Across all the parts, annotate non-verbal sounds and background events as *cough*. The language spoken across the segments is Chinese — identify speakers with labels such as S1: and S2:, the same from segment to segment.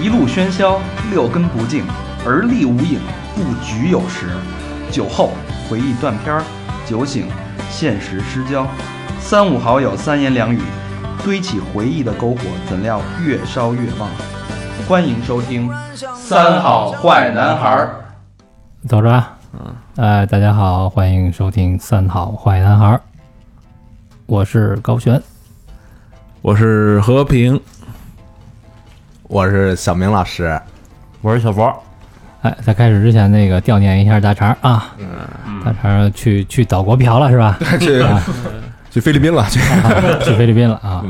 S1: 一路喧嚣，六根不净，而立无影，不局有时。酒后回忆断片儿，酒醒现实失焦。三五好友三言两语，堆起回忆的篝火，怎料越烧越旺。欢迎收听《三好坏男孩》。
S2: 走着啊，嗯，哎，大家好，欢迎收听《三好坏男孩》，儿》，我是高璇。
S3: 我是和平，
S4: 我是小明老师，
S5: 我是小博，
S2: 哎，在开始之前，那个悼念一下大肠啊，大肠去去岛国嫖了是吧？
S3: 去去菲律
S4: *laughs*
S3: 宾了，去
S2: 啊去菲律宾了啊。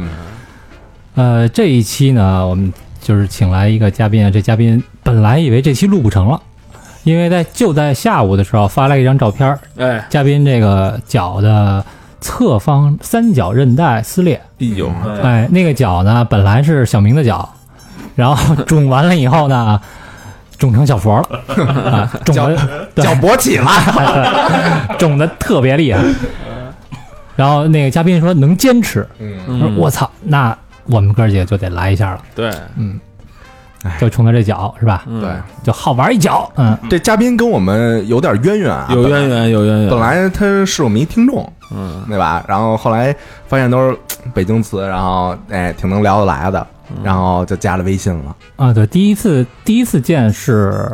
S2: 呃，这一期呢，我们就是请来一个嘉宾啊，这嘉宾本来以为这期录不成了，因为在就在下午的时候发来一张照片儿，
S3: 哎，
S2: 嘉宾这个脚的侧方三角韧带撕裂，
S3: 哎呦，
S2: 哎，那个脚呢，本来是小明的脚，然
S3: *laughs*
S2: 后肿完了以后呢，肿成小佛了，啊，肿的对
S4: 脚勃起了，
S2: *laughs* 肿的特别厉害。
S3: 嗯
S2: *laughs* 然后那个嘉宾说能坚持，
S4: 嗯，
S2: 我说我操，那我们哥儿几个就得来一下了，
S3: 对，
S2: 就冲他这脚是吧？
S3: 哎嗯
S4: 对，
S2: 就好玩一脚，嗯，
S4: 这嘉宾跟我们有点渊源啊，
S3: 有渊源，有渊源，
S4: 本来。本来他是我们一听众，
S3: 嗯，
S4: 对吧？然后后来发现都是嘖北京词，然后哎，挺能聊得来的，
S3: 嗯
S4: 然后就加了微信了。
S2: 啊，对，第一次第一次见是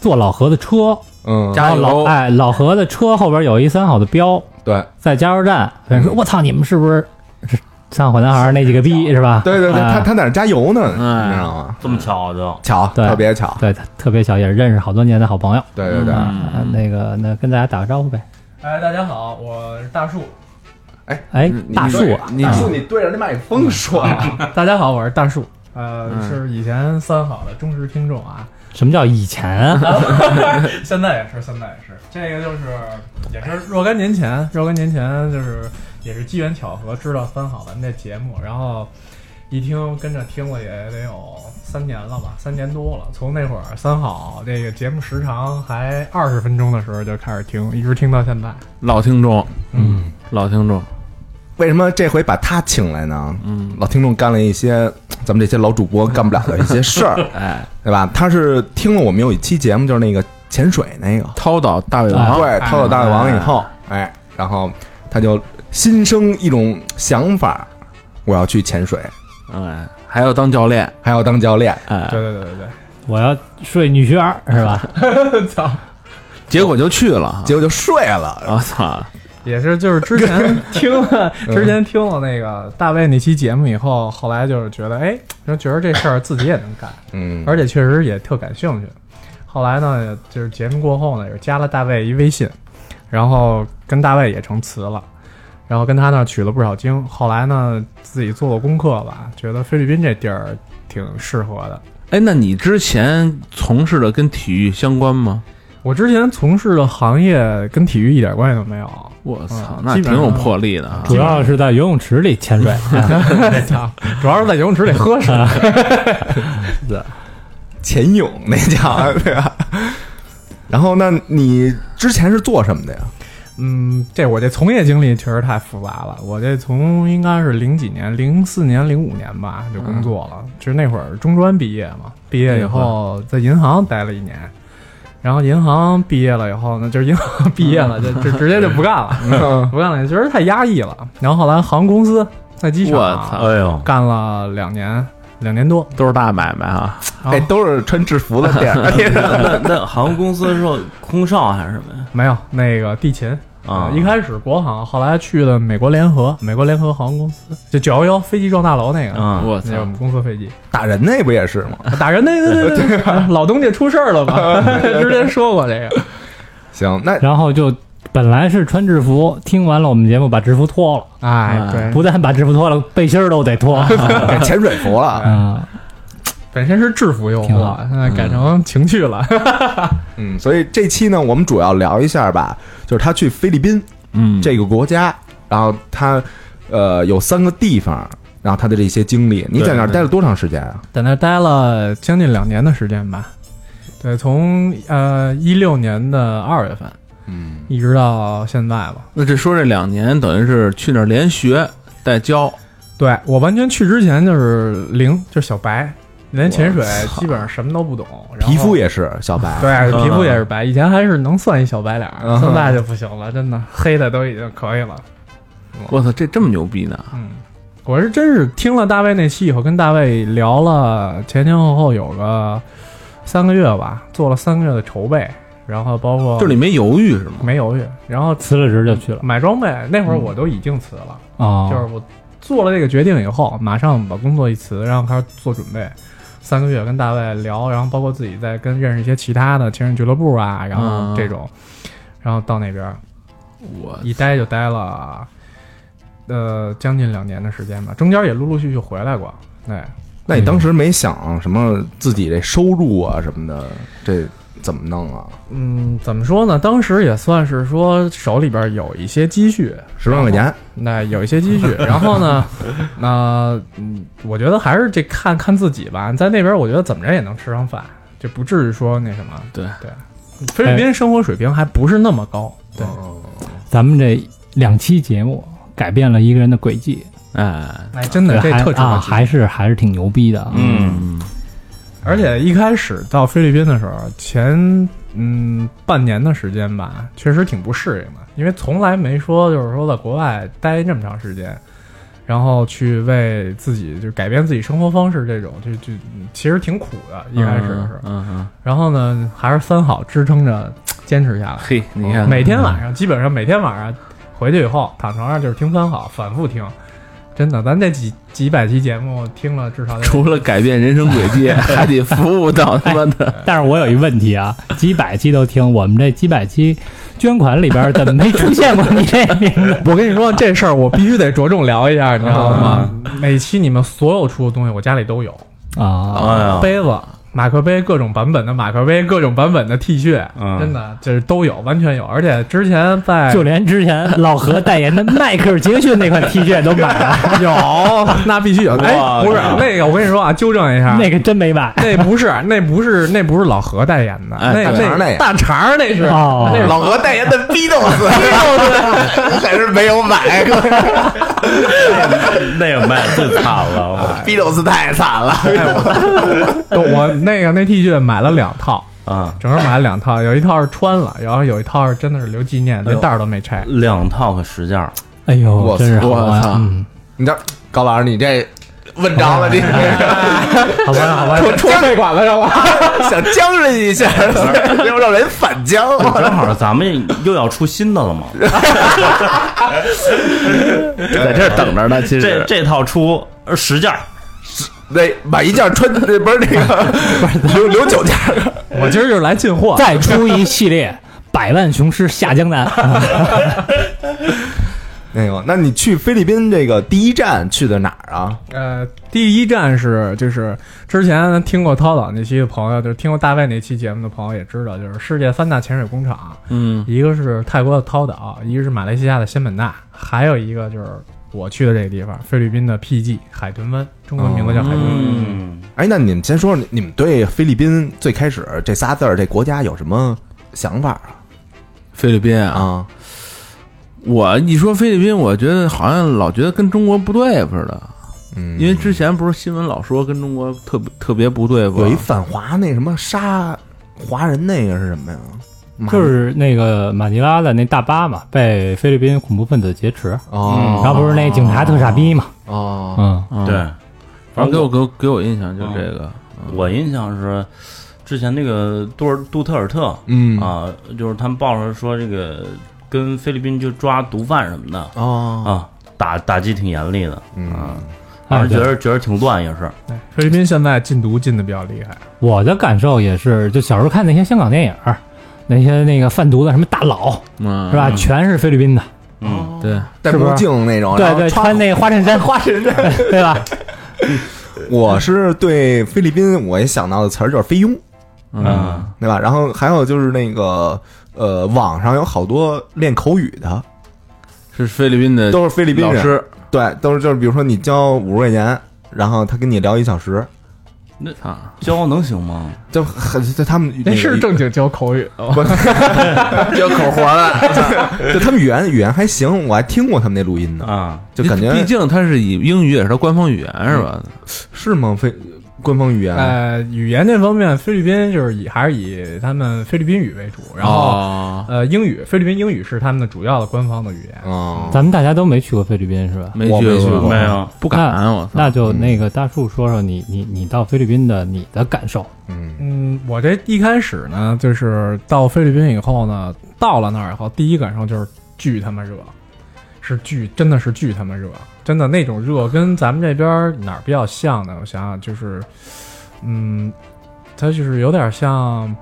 S2: 坐老何的车，
S4: 嗯，
S3: 加油
S2: 然后老哎老何的车后边有一三好的标，
S4: 对
S2: 在加油站，有人说：“我操，你们是不是是三好男孩那几个逼是吧？”
S4: 对对对，
S2: 哎
S4: 他他在那加油呢，
S3: 啊哎
S4: 你知道吗？
S5: 这么巧就
S4: 巧，
S2: 对
S4: 特别巧，
S2: 对他特别巧，也是认识好多年的好朋友。
S4: 对对对。
S3: 嗯
S2: 啊、那个那跟大家打个招呼呗。
S6: 哎，大家好，我是大树。
S2: 哎
S3: 嗯，
S2: 大树啊，
S3: 你
S4: 大树，你对着那麦克风说啊，
S6: 大家好，我是大树。呃，
S3: 嗯
S6: 是以前三好的忠实听众啊，
S2: 什么叫以前啊？
S6: 现在也是，现在也是。这个就是也是哎若干年前，若干年前就是也是机缘巧合知道三好咱们这节目，然后一听跟着听了也得有三年了吧，三年多了。从那会儿三好这个节目时长还二十分钟的时候就开始听，一直听到现在。
S3: 老听众，
S2: 嗯，
S3: 老听众，
S4: 为什么这回把他请来呢？嗯，老听众干了一些咱们这些老主播干不了的一些事儿，
S3: 哎，
S4: 对吧？他是听了我们有一期节目，就是那个潜水那个，
S3: 涛岛大胃
S2: 啊
S3: 王，
S4: 对，掏到大胃王以后，哎，然后他就心生一种想法，我要去潜水，
S3: 哎，还要当教练，
S4: 还要当教练。
S3: 哎，
S6: 对对对对对。
S2: 我要睡女学员是吧？
S6: 操，
S3: 结果就去了，
S4: 结果就睡了，
S3: 我操，
S6: 也是，就是之前听了，之前听了那个大卫那期节目以后，后来就是觉得，哎，就觉得这事儿自己也能干，
S4: 嗯，
S6: 而且确实也特感兴趣。后来呢，就是节目过后呢，也是加了大卫一微信，然后跟大卫也成词了，然后跟他那儿取了不少经。后来呢，自己做做功课吧，觉得菲律宾这地儿挺适合的。
S3: 哎，那你之前从事的跟体育相关吗？
S6: 我之前从事的行业跟体育一点关系都没有，
S3: 我操，
S6: 嗯
S3: 那
S6: 基
S3: 挺
S6: 本上
S3: 有魄力的啊！
S2: 主要是在游泳池里潜水。
S6: 操主要是在游泳池里喝水。
S4: 潜泳那叫 *laughs* 对吧？然后，那你之前是做什么的呀？
S6: 嗯，这我这从业经历确实太复杂了。我这从应该是零几年，零四年、零五年吧就工作了。其实那会儿中专毕业嘛，毕业以后
S3: 嗯
S6: 在银行待了一年，然后银行毕业了以后呢，就是银行毕
S3: *laughs*
S6: 业了就就直接就不干
S3: 嗯
S6: 了，不干了，觉得太压抑了。然后后来航空公司在机啊
S3: 我操
S6: 场
S5: 哎呦，
S6: 干了两年，两年多。
S3: 都是大买卖啊！
S6: 然
S4: 哎，
S6: 后
S4: 都是穿制服的店儿，
S3: *laughs*
S5: 那那航空公司是空少还是什么呀？
S6: 没有那个地勤呃
S5: 啊
S6: 一开始国航，后来去的美国联合，美国联合航空公司，就九幺幺飞机撞大楼那个，
S3: *laughs*
S5: 啊，
S3: 我
S6: 那是我
S3: 操
S6: 们，公司飞机 *laughs*
S4: 打人那不也是吗？
S6: 打人那个对吧 *laughs* 老东家出事儿了吧？ *laughs* 之前说过这个，
S4: 行，那
S2: 然后就本来是穿制服，听完了我们节目把制服脱了，
S6: 哎，
S2: 不
S6: 对，
S2: 但把制服脱了，背心儿都得脱。
S4: 改 *laughs* 潜水服了。
S2: 啊，
S6: 本身是制服诱
S2: 挺
S6: 惑
S2: 好，
S6: 现在改成情趣了。 *laughs*
S4: 嗯，所以这期呢，我们主要聊一下吧，就是他去菲律宾
S3: 嗯，
S4: 这个国家，然后他呃有三个地方，然后他的这些经历。你在那儿待了多长时间啊？
S6: 在那儿待了将近两年的时间吧，对，从呃一六年的二月份
S4: 嗯，
S6: 一直到现在吧，
S3: 那这说这两年等于是去那儿连学带教，
S6: 对我完全去之前就是零，就是小白，连潜水基本上什么都不懂，然后
S4: 皮肤也是小白，
S6: *laughs* 对，
S5: 嗯
S6: 皮肤也是白，以前还是能算一小白脸儿，
S4: 嗯
S6: 现在就不行了，真的黑的都已经可以了。
S3: 我操，这这么牛逼呢？
S6: 嗯，我是真是听了大卫那期以后，跟大卫聊了前前后后有个三个月吧，做了三个月的筹备，然后包括
S3: 就是你没犹豫是吗？
S6: 没犹豫，然后
S2: 辞了职就去了
S6: 买装备那会儿我都已经辞了，
S3: 嗯
S2: 啊，
S6: 就是我做了这个决定以后，马上把工作一辞，然后开始做准备。三个月跟大卫聊，然后包括自己在跟认识一些其他的情人俱乐部啊，然
S3: 嗯
S6: 后这种，然后到那边儿
S3: 我
S6: 一待就待了，呃，将近两年的时间吧，中间也陆陆续续回来过。哎对，
S4: 那你当时没想什么自己这收入啊什么的，这怎么弄啊？
S6: 嗯，怎么说呢？当时也算是说手里边有一些积蓄，
S4: 十万块钱，
S6: 那有一些积蓄，然后呢， *laughs* 那嗯，我觉得还是这看看自己吧，在那边我觉得怎么着也能吃上饭，就不至于说那什么。
S3: 对
S6: 对，菲律宾生活水平还不是那么高。哦对，
S2: 咱们这两期节目改变了一个人的轨迹，
S3: 哎，
S6: 哎，真的这
S2: 还
S6: 特值
S2: 啊，
S6: 得提
S2: 还是还是挺牛逼的啊。
S3: 嗯，
S6: 而且一开始到菲律宾的时候，前嗯半年的时间吧，确实挺不适应的，因为从来没说就是说在国外待这么长时间，然后去为自己就改变自己生活方式这种，就就其实挺苦的，一开始是。
S3: 嗯嗯，
S6: 然后呢，还是三好支撑着坚持下来。
S3: 嘿，你看，
S6: 每哦天晚上基本上每天晚上回去以后躺床上就是听三好，反复听。真的，咱这几几百期节目听了至少得
S3: 除了改变人生轨
S5: *laughs*
S3: 迹，还得服务到他妈的，
S2: 但是我有一问题啊，几百期都听，我们这几百期捐款里边怎么没出现过你这名字？
S6: *laughs* 我跟你说这事儿，我必须得着重聊一下，你知道吗？每期你们所有出的东西，我家里都有，
S2: 啊？
S5: 哎呀，
S6: 杯子、马克杯，各种版本的马克杯，各种版本的 T 恤，
S5: 嗯
S6: 真的就是都有，完全有。而且之前在
S2: 就连之前老何代言的迈克尔·杰克逊那款 T 恤都买了， *laughs*
S6: 有， *laughs* 那必须有。哎，不是那个，我跟你说啊，纠正一下，
S2: 那个真没买。
S6: 那不是，那不是，那不是老何代言的，
S3: 哎
S6: 那
S4: 大肠儿那
S6: 那
S4: 个
S6: 大肠儿那是，
S2: 哦
S6: 那是
S7: 老何代言的 Beatles，我还是没有
S5: *laughs*
S7: 买
S5: 那个卖最惨
S3: 啊
S5: 了，哎
S7: ，Beatles 太惨了。
S6: 我那个那 T 恤买了两套，
S5: 啊，
S6: 整个买了两套，有一套是穿了，然后有一套是真的是留纪念，连袋儿都没拆。
S5: 两套可十件儿，
S2: 哎呦，
S4: 我
S2: 真是好
S4: 我
S2: 玩
S4: 操！
S2: 嗯，
S4: 你这高老师，你这
S7: 问着了，这
S2: 好玩好玩。
S4: 戳肺管子上了，想僵人一下，
S7: 是要让人反将。
S4: 啊
S5: 正好咱们又要出新的了嘛，
S3: 在这儿等着呢。其
S5: 这
S3: 实
S5: 这套出呃十件儿，
S4: 那买一件穿，那不是那 *laughs* 个留留九件， *laughs*
S6: 我今儿就是来进货，
S2: 再出一系列《百万雄师下江南》
S4: *laughs*
S2: 啊，
S4: 那个，那你去菲律宾这个第一站去的哪儿啊？
S6: 呃，第一站是就是之前听过涛导那期的朋友，就是听过大卫那期节目的朋友也知道，就是世界三大潜水工厂，
S3: 嗯，
S6: 一个是泰国的涛岛，一个是马来西亚的仙本那，还有一个就是我去的这个地方，菲律宾的 PG 海豚湾，中文名字叫海豚湾。
S5: 嗯，
S4: 哎，那你们先说，你你们对菲律宾最开始这仨字儿这国家有什么想法
S3: 菲律宾
S4: 啊？
S3: 啊，
S4: 啊，
S3: 我一说菲律宾，我觉得好像老觉得跟中国不对付似的，
S4: 嗯
S3: 因为之前不是新闻老说跟中国特别特别不对付，啊
S4: 有一反华那什么杀华人那个是什么呀？马
S2: 就是那个马尼拉的那大巴嘛，被菲律宾恐怖分子劫持，
S4: 哦，
S2: 嗯然后不是那警察特傻逼嘛，
S6: 啊
S4: 哦，
S2: 嗯，
S3: 嗯，
S5: 对，
S3: 反正给我给我给我印象就这个，
S5: 我印象是之前那个杜尔杜特尔特
S4: 嗯
S5: 啊，就是他们报上说这个跟菲律宾就抓毒贩什么的
S4: 哦，
S5: 啊，打打击挺严厉的，
S4: 嗯，
S5: 反正
S2: 对
S5: 觉得觉得挺乱也是，
S6: 对菲律宾现在禁毒禁的比较厉害，
S2: 我的感受也是，就小时候看那些香港电影儿，那些那个贩毒的什么大佬
S3: 嗯，
S2: 是吧，全是菲律宾的，
S5: 嗯，
S3: 对，
S4: 戴
S2: 是不
S4: 墨
S2: 是
S4: 镜那哦种，然
S2: 对
S4: 后
S2: 对，穿那花衬衫，花衬衫， *laughs* 对吧？
S4: 我是对菲律宾，我一想到的词儿就是菲佣，
S3: 嗯，
S4: 对吧？然后还有就是那个呃，网上有好多练口语的，
S3: 是菲律宾的
S4: 都是菲律宾
S3: 老
S4: 人，
S3: 师，
S4: 对，都是就是比如说你交五十块钱，然后他跟你聊一小时，
S3: 操，
S5: 骄傲能行吗？
S4: 就很就他们
S6: 啊那是正经教口语，
S4: *laughs*
S3: 要口活了
S4: 就他们语言语言还行，我还听过他们那录音呢，
S5: 啊，
S4: 就感觉嗯
S3: 毕竟它是以英语也是它官方语言是吧？嗯
S4: 是吗？非官方语言、
S6: 呃，语言这方面，菲律宾就是以还是以他们菲律宾语为主，然后、
S3: 哦，
S6: 呃英语，菲律宾英语是他们的主要的官方的语言。
S4: 啊，
S2: 咱们大家都没去过菲律宾是吧？
S3: 嗯没
S4: 我没
S3: 去
S4: 去过
S3: 过，
S5: 没有，
S3: 不敢，啊我操，
S2: 那就那个大树说说你你你到菲律宾的你的感受。
S4: 嗯
S6: 嗯，我这一开始呢，就是到菲律宾以后呢，到了那儿以后，第一感受就是巨他妈热，是巨，真的是巨他妈热，真的那种热跟咱们这边儿哪儿比较像呢？我想想，就是，嗯，它就是有点像，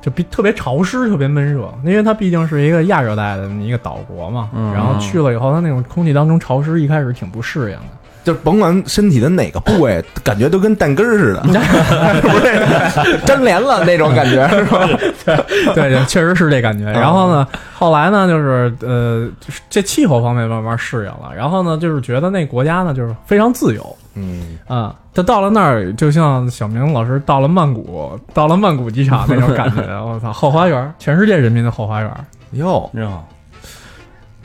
S6: 就比特别潮湿，特别闷热，因为它毕竟是一个亚热带的一个岛国嘛。
S3: 嗯
S6: 然后去了以后，它那种空气当中潮湿，一开始挺不适应的。
S4: 就甭管身体的哪个部位，感觉都跟蛋根儿似的，是不是粘连了那种感觉，是吧？
S6: 对 *laughs* 对，确实是这感觉。然后呢，后来呢，就是呃，就是这气候方面慢慢适应了。然后呢，就是觉得那国家呢，就是非常自由
S4: 嗯，
S6: 啊。就到了那儿，就像小明老师到了曼谷，到了曼谷机场那种感觉。我操，后花园，全世界人民的后花园。
S4: 哟，
S5: 你知道吗？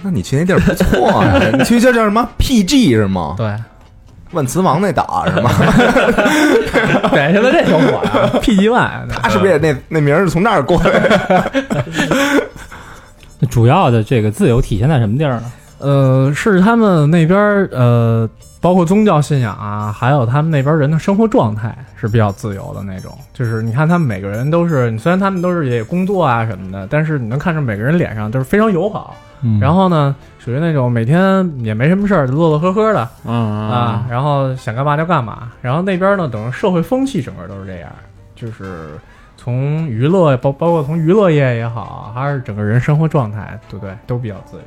S4: 那你去那地儿不错 *laughs* 啊，你去叫叫什么 PG 是吗？
S6: 对，
S4: 万磁王那岛是 *laughs* 吗？
S6: *laughs* 对，现在这挺火呀，P 级万。
S4: 他是不是也那那名儿是从那儿过来的？
S2: 那主要的这个自由体现在什么地儿呢？
S6: 呃，是他们那边儿呃，包括宗教信仰啊，还有他们那边儿人的生活状态是比较自由的那种。就是你看他们每个人都是，虽然他们都是也工作啊什么的，但是你能看出每个人脸上都是非常友好。
S2: 嗯
S6: 然后呢，属于那种每天也没什么事儿，乐乐呵呵的
S3: 嗯
S6: 啊，，然后想干嘛就干嘛。然后那边儿呢，等于社会风气整个都是这样，就是。从娱乐包包括从娱乐业也好，还是整个人生活状态，对不对？都比较自由。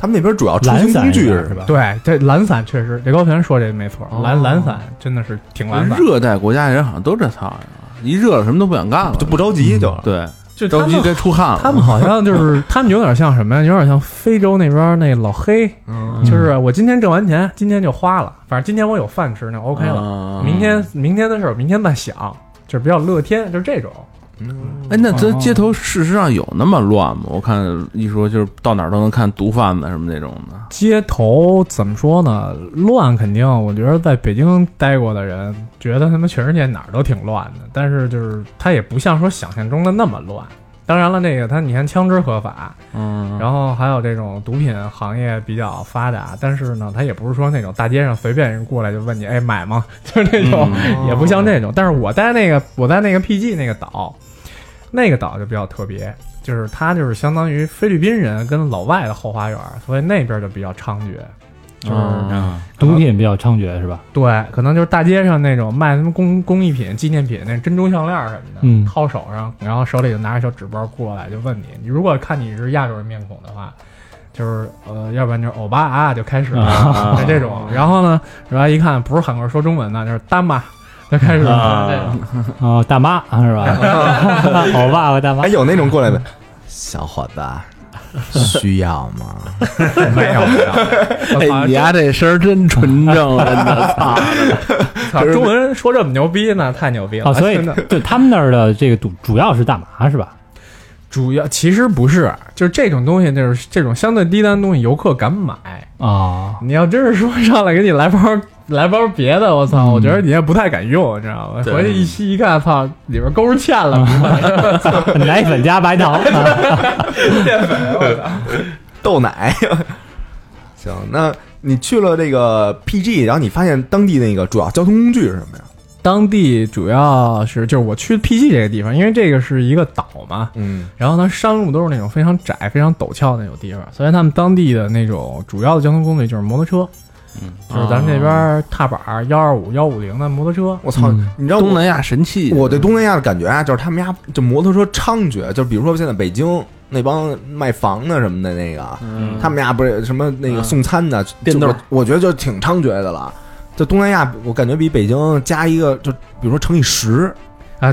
S4: 他们那边主要出行工具是吧？
S6: 对，这懒散确实，这高泉说这没错，
S3: 哦
S6: 懒懒散真的是挺懒散。
S3: 热带国家人好像都这操样，一热了什么都不想干了，嗯
S4: 就不着急就。
S3: 对，
S6: 就他
S3: 着急
S6: 们，
S3: 该出汗了。
S6: 他们好像就是他们有点像什么呀？有点像非洲那边那老黑，
S4: 嗯
S6: 就是我今天挣完钱，今天就花了，反正今天我有饭吃，那
S3: 嗯
S6: OK 了。
S3: 了
S6: 明天明天的事儿，明天再想，就是比较乐天，就是这种。
S3: 哎，那
S4: 哦
S3: 咱街头事实上有那么乱吗？我看一说就是到哪儿都能看毒贩子什么那种的。
S6: 街头怎么说呢？乱肯定，我觉得在北京待过的人，觉得他们全世界哪儿都挺乱的，但是就是它也不像说想象中的那么乱。当然了，那个它你看枪支合法，
S3: 嗯，
S6: 然后还有这种毒品行业比较发达，但是呢，它也不是说那种大街上随便人过来就问你，哎，买吗？ *laughs* 就是那种，也不像这种。但是我在那个我在那个 PG 那个岛，那个岛就比较特别，就是它就是相当于菲律宾人跟老外的后花园，所以那边就比较猖獗。就是、
S3: 嗯
S2: 毒品比较猖獗是吧？
S6: 对，可能就是大街上那种卖什么工工艺品、纪念品，那珍珠项链什么的，
S2: 嗯
S6: 掏手上，然后手里就拿着小纸包过来，就问你，你如果看你是亚洲人面孔的话，就是呃，要不然就是欧巴啊，就开始了，就这种。然后呢，然后一看不是韩国人说中文的，就是丹妈，就开始了这种。
S2: 哦，大妈是吧？ *laughs* 欧巴和大妈
S4: 还，哎有那种过来的 *laughs* 小伙子，需要吗？
S6: 没有没有，
S3: 哎，你丫这声儿真纯正，真的操！
S6: *laughs* 操中文说这么牛逼呢，太牛逼了！
S2: 哦，所以
S6: 真的
S2: 就他们那儿的这个主主要是大麻是吧？
S6: 主要其实不是，就是这种东西，就是这种相对低端的东西，游客敢买。
S2: 哦，
S6: 你要真是说上来给你来包来包别的，我操，我觉得你也不太敢用，你知道吗？
S3: 对
S6: 回去一吸一看，操，里边勾着芡了，
S2: 奶粉加白糖。
S4: *laughs* 豆奶。 *laughs* 行，那你去了这个 PG，然后你发现当地那个主要交通工具是什么呀？
S6: 当地主要是就是我去 PG 这个地方，因为这个是一个岛嘛，
S4: 嗯，
S6: 然后呢山路都是那种非常窄、非常陡峭的那种地方，所以他们当地的那种主要的交通工具就是摩托车，嗯，就是咱们这边踏板幺二五、幺五零的摩托车，
S4: 我操，你知道
S3: 东
S4: 我
S3: 南亚神器，
S4: 我对东南亚的感觉啊，就是他们家就摩托车猖獗，就是比如说现在北京那帮卖房的什么的那个，啊
S3: 嗯
S4: 他们家不是什么那个送餐的，
S3: 电
S4: 就
S3: 动
S4: 我我觉得就挺猖獗的了。就东南亚，我感觉比北京加一个，就比如说乘以十，
S6: 啊，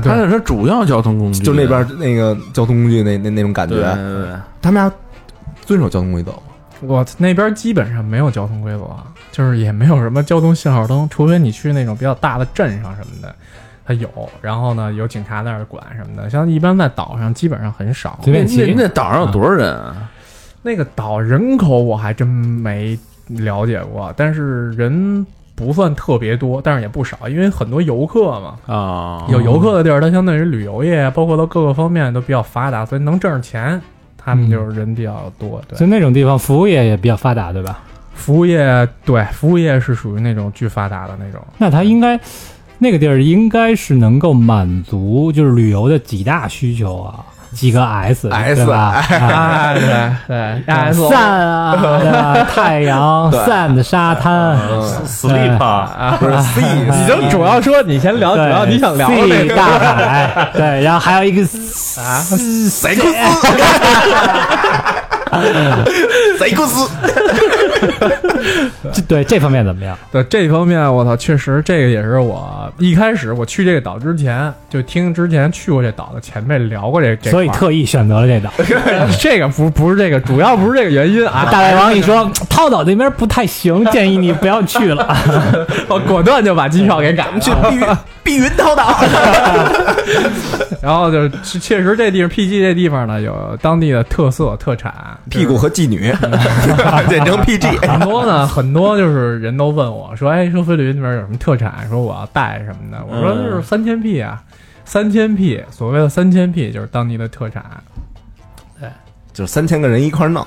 S3: 他
S6: 对，
S3: 那是主要交通工具，
S4: 就那边那个交通工具那那那种感
S3: 对嗯对
S4: 觉，
S3: 对对，
S4: 他们家遵守交通规
S3: *laughs*
S4: 则吗？
S6: 我那边基本上没有交通规则，就是也没有什么交通信号灯，除非你去那种比较大的镇上什么的，它有，然后呢有警察在那儿管什么的。像一般在岛上基本上很少，
S2: 随便
S3: 那
S2: 骑。
S3: 那岛上有多少人啊？
S6: 那个岛人口我还真没了解过，但是人不算特别多，但是也不少，因为很多游客嘛，
S2: 哦
S3: 啊
S6: 有游客的地儿，它相当于旅游业，包括到各个方面都比较发达，所以能挣着钱，他们就是人比较多。
S2: 嗯所
S6: 对，
S2: 以那种地方服务业也比较发达，对吧？
S6: 服务业对服务业是属于那种巨发达的那种。
S2: 那它应该那个地儿应该是能够满足就是旅游的几大需求啊，几个 S
S4: S，
S2: 对吧？啊
S6: *laughs* 哎，对对
S2: 散啊，对
S6: *laughs*
S2: 吧？太阳
S4: 对
S2: 散的沙滩，
S6: 嗯
S5: ，sleep 啊，
S4: 不是 C，
S6: 你就主要说你先聊主要啊你想聊的那
S2: 对 C
S6: 个
S2: 大海，哎对，然后还有一个 C-
S6: 啊，
S4: 谁公司？谁公司？
S2: 这对这方面怎么样？
S6: 对这方面，我操，确实这个也是我一开始我去这个岛之前，就听之前去过这岛的前辈聊过这这块
S2: 所
S6: 儿，
S2: 以特意选择了这岛。
S6: *laughs* 这个不不是这个，主要不是这个原因 *laughs* 啊，
S2: 大胃王一说，涛岛那边不太行，建议你不要去
S6: *laughs*
S2: 了。
S6: 我果断就把机票给改了。
S4: 去碧云碧云涛岛。
S6: 然后就是确确实这地方 PG 这地方呢有当地的特色特产，
S4: 屁股和妓女，简称
S3: *laughs*
S4: PG。
S6: 很多呢，很多就是人都问我说：“哎，说菲律宾那边有什么特产？说我要啊带什么的？”我说：“就是三千 P 啊，三千 P，所谓的三千 P 就是当地的特产。
S4: 就是三千个人一块儿
S3: *laughs*
S4: 弄，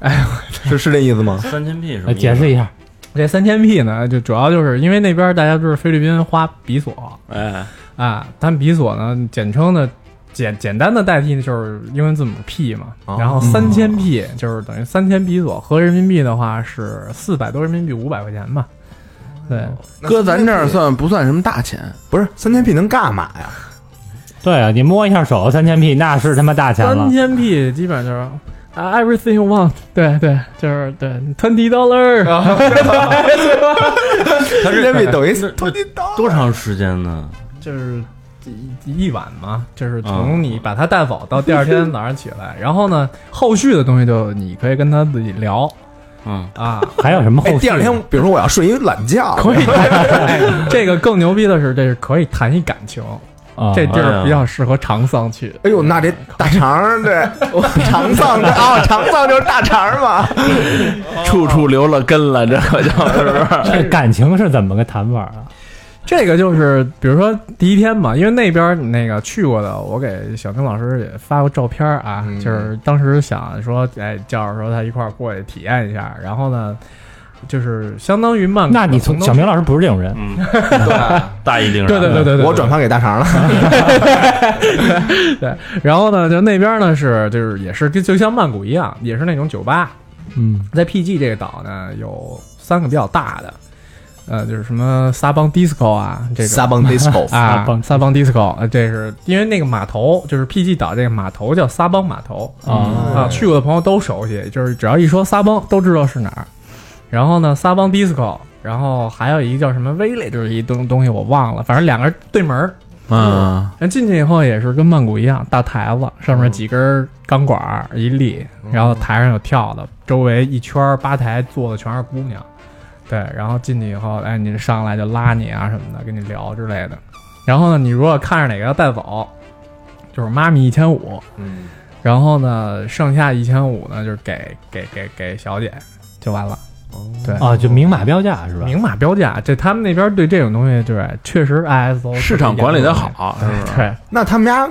S6: 哎，
S4: 是是这意思吗？
S5: 三千 P 什么
S2: 来
S5: 意思？
S2: 解释一下，
S6: 这三千 P 呢，就主要就是因为那边大家都是菲律宾花比索
S5: 哎，
S6: 啊，他们比索呢，简称的简简单的代替呢就是英文字母 P 嘛，
S4: 哦
S6: 然后三千 P 就是等于三千比索，合人民币的话是四百多人民币，五百块钱吧。对，
S3: 搁咱这儿算不算什么大钱？
S4: 不是三千 P 能干嘛呀？
S2: 对啊，你摸一下手，三千 P 那是他妈大钱
S6: 三
S2: 了。
S6: 千 P 基本就是啊，everything you want，对对，就是对，twenty
S5: 啊
S6: dollar，
S4: 三千 P 等于
S5: 那那
S4: 20刀
S5: 多长时间呢？
S6: 就是一一晚嘛，就是从你把它带走到第二天早上起来，然后呢，后续的东西就你可以跟他自己聊
S5: 嗯，
S6: 啊。
S2: 还有什么后
S4: 哎，
S2: 续？
S4: 第二天，比如说我要睡一懒觉，
S6: 可以谈、哎，这个更牛逼的是，这是可以谈一感
S5: *laughs*
S6: 情，
S2: 啊
S6: 这地
S5: 哎
S6: 儿
S5: 呀
S6: 比较适合长桑去。
S4: 哎呦，那这大肠儿对，
S6: *laughs*
S4: 长藏对啊，长藏就是大肠儿嘛。
S3: 处处留了根了，这可就是不是
S2: 这
S6: 哎
S2: 感情是怎么个谈法啊？
S6: 这个就是，比如说第一天嘛，因为那边儿那个去过的，我给小丁老师也发过照片儿啊，
S4: 嗯
S6: 就是当时想说，哎，叫着说他一块儿过去体验一下，然后呢，就是相当于曼谷的
S2: 那
S6: 红
S2: 你
S6: 灯区。
S2: 从小明老师不是这种人，
S5: 大义凛然。
S6: 对对对 *laughs* 对对，
S4: 我转发给大肠了，
S6: 然后呢，就那边儿呢是就是也是跟就像曼谷一样，也是那种酒吧，
S2: 嗯，
S6: 在 PG 这个岛呢有三个比较大的，呃，就是什么撒邦 disco 啊， *laughs* 这
S4: *laughs*
S6: 个
S4: 撒邦 disco
S6: 啊
S2: 撒，邦
S6: 撒邦 disco，呃这是因为那个码头就是 PG 岛这个码头叫撒邦码头
S2: 啊
S6: 啊，去过的朋友都熟悉，就是只要一说撒邦都知道是哪儿。然后呢，撒邦 disco，然后还有一个叫什么 village，就是一东东西我忘了，反正两个人对门儿。
S3: 啊，
S6: 人进去以后也是跟曼谷一样，大台子上
S3: 嗯
S6: 面几根钢管儿一立，然后台上有跳的，周围一圈儿吧台坐的全是姑娘，对，然后进去以后，哎，你上来就拉你啊什么的，跟你聊之类的。然后呢，你如果看着哪个要带走，就是妈咪一千五，
S4: 嗯，
S6: 然后呢，剩下一千五呢，就是给给给给小姐就完了。
S3: 哦
S6: 对
S2: 啊，就明码标价是吧？
S6: 明码标价，这他们那边对这种东西就是确实 ISO
S3: 市场管理的好，
S6: 特别严格，对，
S4: 那他们家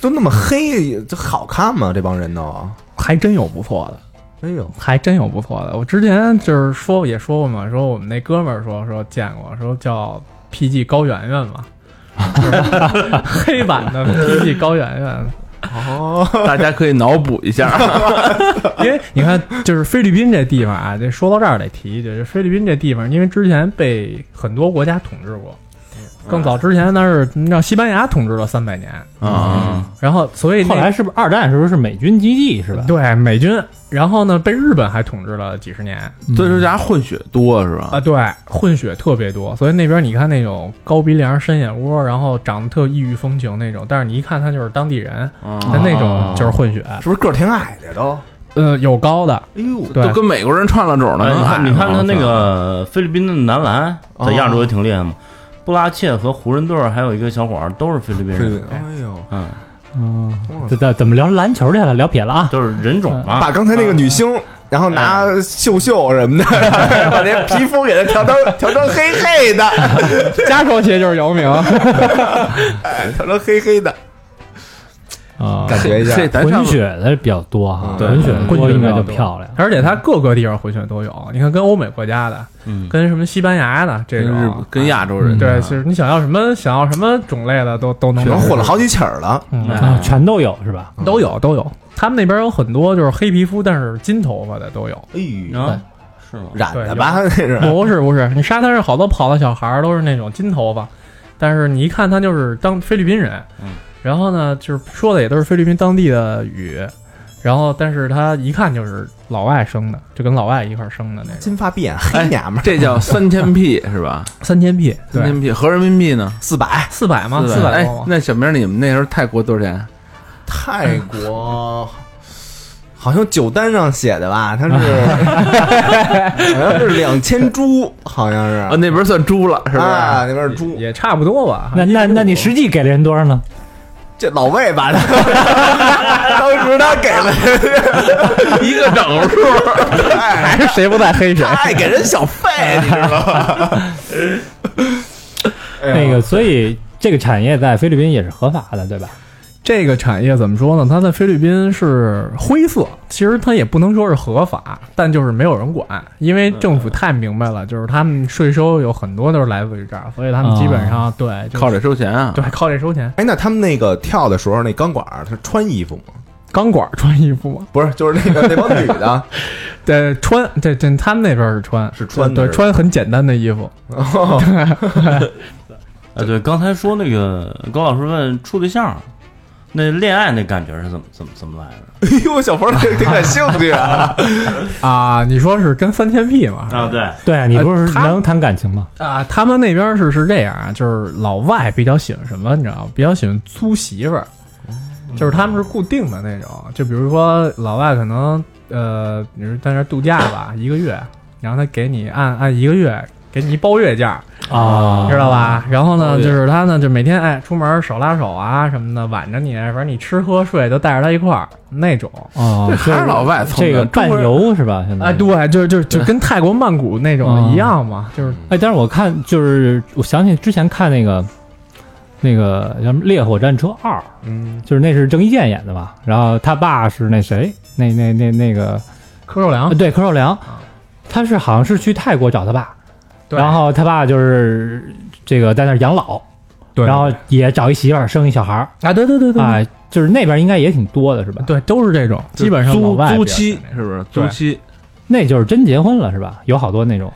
S4: 都那么黑，这好看吗？这帮人都，
S6: 还真有不错的。
S4: 哎呦，
S6: 还真有不错的。我之前就是说也说过嘛，说我们那哥们儿说说见过，说叫 PG 高圆圆嘛， *laughs* 就是黑版的 PG 高圆圆。
S3: 大家可以脑补一下。
S6: 因为你看，就是菲律宾这地方啊，这说到这儿得提一句，就是菲律宾这地方，因为之前被很多国家统治过，更早之前那是你知道西班牙统治了三百年，
S3: 啊，
S6: 然后所以那
S2: 后来是不是二战时候是美军基地是吧？
S6: 对美军，然后呢被日本还统治了几十年。
S3: 所以说家混血多是吧？
S6: 啊，对，混血特别多，所以那边你看那种高鼻梁、深眼窝，然后长得特异域风情那种，但是你一看他就是当地人，他
S3: 啊，
S6: 那种就是混血，
S4: 是不是个儿挺矮的都？
S6: 呃，有高的，
S4: 哎呦，
S6: 对
S3: 都，跟美国人串了种
S5: 哎
S3: 了。
S5: 你看，你看他那
S3: 我操
S5: 啊个菲律宾的男篮在亚洲也挺厉害嘛，布拉切和湖人队儿还有一个小伙儿都是菲律宾人，
S4: 哎呦，
S6: 啊
S5: 嗯，
S2: 嗯，这这怎么聊篮球去了？聊撇了啊？
S5: 都是人种嘛。
S4: 把刚才那个女
S6: 啊
S4: 星，然后拿秀秀什么的， *laughs* 把那皮肤给她调成调成黑黑的，
S6: 啊加双鞋就是姚明，
S4: 哎调成黑黑的，
S2: 啊，
S4: 感觉一下。
S3: 这咱上
S2: 混血的比较多哈，
S5: 对
S2: 混血
S6: 嗯混
S2: 多
S6: 血
S2: 应该
S6: 比较
S2: 就
S6: 多
S2: 漂亮。
S6: *laughs* 而且他各个地方混血都有。你看，跟欧美国家的，
S5: 嗯
S6: 跟什么西班牙的这
S3: 跟日
S6: 种，
S3: 跟亚洲人啊
S2: 嗯
S3: 的
S6: 对，就是你想要什么想要什么种类的都都能
S4: 可能
S6: 有
S4: 混了好几起儿了，
S6: 嗯
S5: 哎
S2: 啊，全都有是吧？
S6: 都有都有。他们那边有很多就是黑皮肤但是金头发的都有。
S4: 哎呦，
S5: 啊，是吗？
S4: 染的吧那
S6: *laughs*
S4: 是，
S6: 不是不是，你沙滩上好多跑的小孩儿都是那种金头发，但是你一看他就是当菲律宾人，
S5: 嗯，
S6: 然后呢就是说的也都是菲律宾当地的语，然后但是他一看就是老外生的，就跟老外一块儿生的那种。
S4: 金发碧眼黑娘们儿，
S3: 这叫三千 P 是吧？
S6: 三千币，
S3: 三
S6: 对，
S3: 千 P 合人民币呢？
S4: 四百
S6: 四百吗？四
S3: 哎
S6: 多吗，？
S3: 那小明，你们那时候泰国多少钱？
S4: 泰国。好像酒单上写的吧，它是
S6: *laughs*
S4: 好像是两千株，好像
S3: 啊，
S4: 是，
S3: 那边算猪了是
S4: 啊，
S3: 吧？
S4: 那边是猪，
S6: 也差不多吧。
S2: 那那那你实际给了人多少呢？
S4: 这老魏吧， *laughs* 当时他给了
S3: 一个整数，
S6: 还是谁不在黑谁？
S4: 爱哎给人小费，你知道吗？
S6: *laughs*
S4: 哎
S2: 那
S4: 呦
S2: 个，所以这个产业在菲律宾也是合法的，对吧？
S6: 这个产业怎么说呢？它在菲律宾是灰色，其实它也不能说是合法，但就是没有人管，因为政府太明白了，就是他们税收有很多都是来自于这儿，所以他们基本上、对就是
S3: 靠这收钱啊？
S6: 对靠这收钱，
S4: 哎，那他们那个跳的时候，那钢管儿他穿衣服吗？
S6: 钢管穿衣服嘛，
S4: 不是，就是那个那帮女的，
S6: 对穿对对，他们那边是穿
S4: 是穿的
S6: 对
S4: 是吧
S6: 穿很简单的衣服，
S5: 啊，对，刚才说那个高老师问处对象，那恋爱那感觉是怎么怎么怎么来的？
S4: 哎呦，小冯挺挺感兴趣啊！
S6: 啊，你说是跟三千 P 嘛？
S5: 啊，对，
S2: 对啊，你不是
S6: 呃他
S2: 能谈感情吗？
S6: 啊，他们那边是是这样啊，就是老外比较喜欢什么，你知道吗？比较喜欢租媳妇儿，
S4: 哦
S6: 就是他们是固定的那种，就比如说老外可能呃，你是在那儿度假吧，一个月，然后他给你按按一个月。给你一包月价，
S2: 啊
S6: 知道吧？然后
S3: 包
S6: 呢，
S3: 月
S6: 就是他呢，就每天哎出门手拉手啊什么的，挽着你，反正你吃喝睡都带着他一块儿那种。
S2: 哦
S3: 这，还是老外聪
S2: 这
S3: 明
S2: 个
S3: 中
S2: 伴
S3: 国人
S2: 游是吧？现在
S6: 哎，对，啊就就就跟泰国曼谷那种
S2: 嗯
S6: 一样嘛，就是
S2: 哎，但是我看就是我想起之前看那个那个叫什么《烈火战车二》，
S4: 嗯，
S2: 就是那是郑伊健演的吧？然后他爸是那谁，那那那那个、
S6: 柯受良
S2: 呃。对柯受良，他是好像是去泰国找他爸，
S6: 啊对
S2: 然后他爸就是这个在那儿养老，
S6: 对，
S2: 然后也找一媳妇儿生一小孩儿
S6: 啊，对对对对对，
S2: 啊，就是那边应该也挺多的是吧？，
S6: 对，都是这种，基本上老
S3: 租
S6: 外
S3: 租
S6: 比较喜
S3: 期
S6: 欢
S3: 是不是？租期
S2: 那就是真结婚了是吧？有好多那种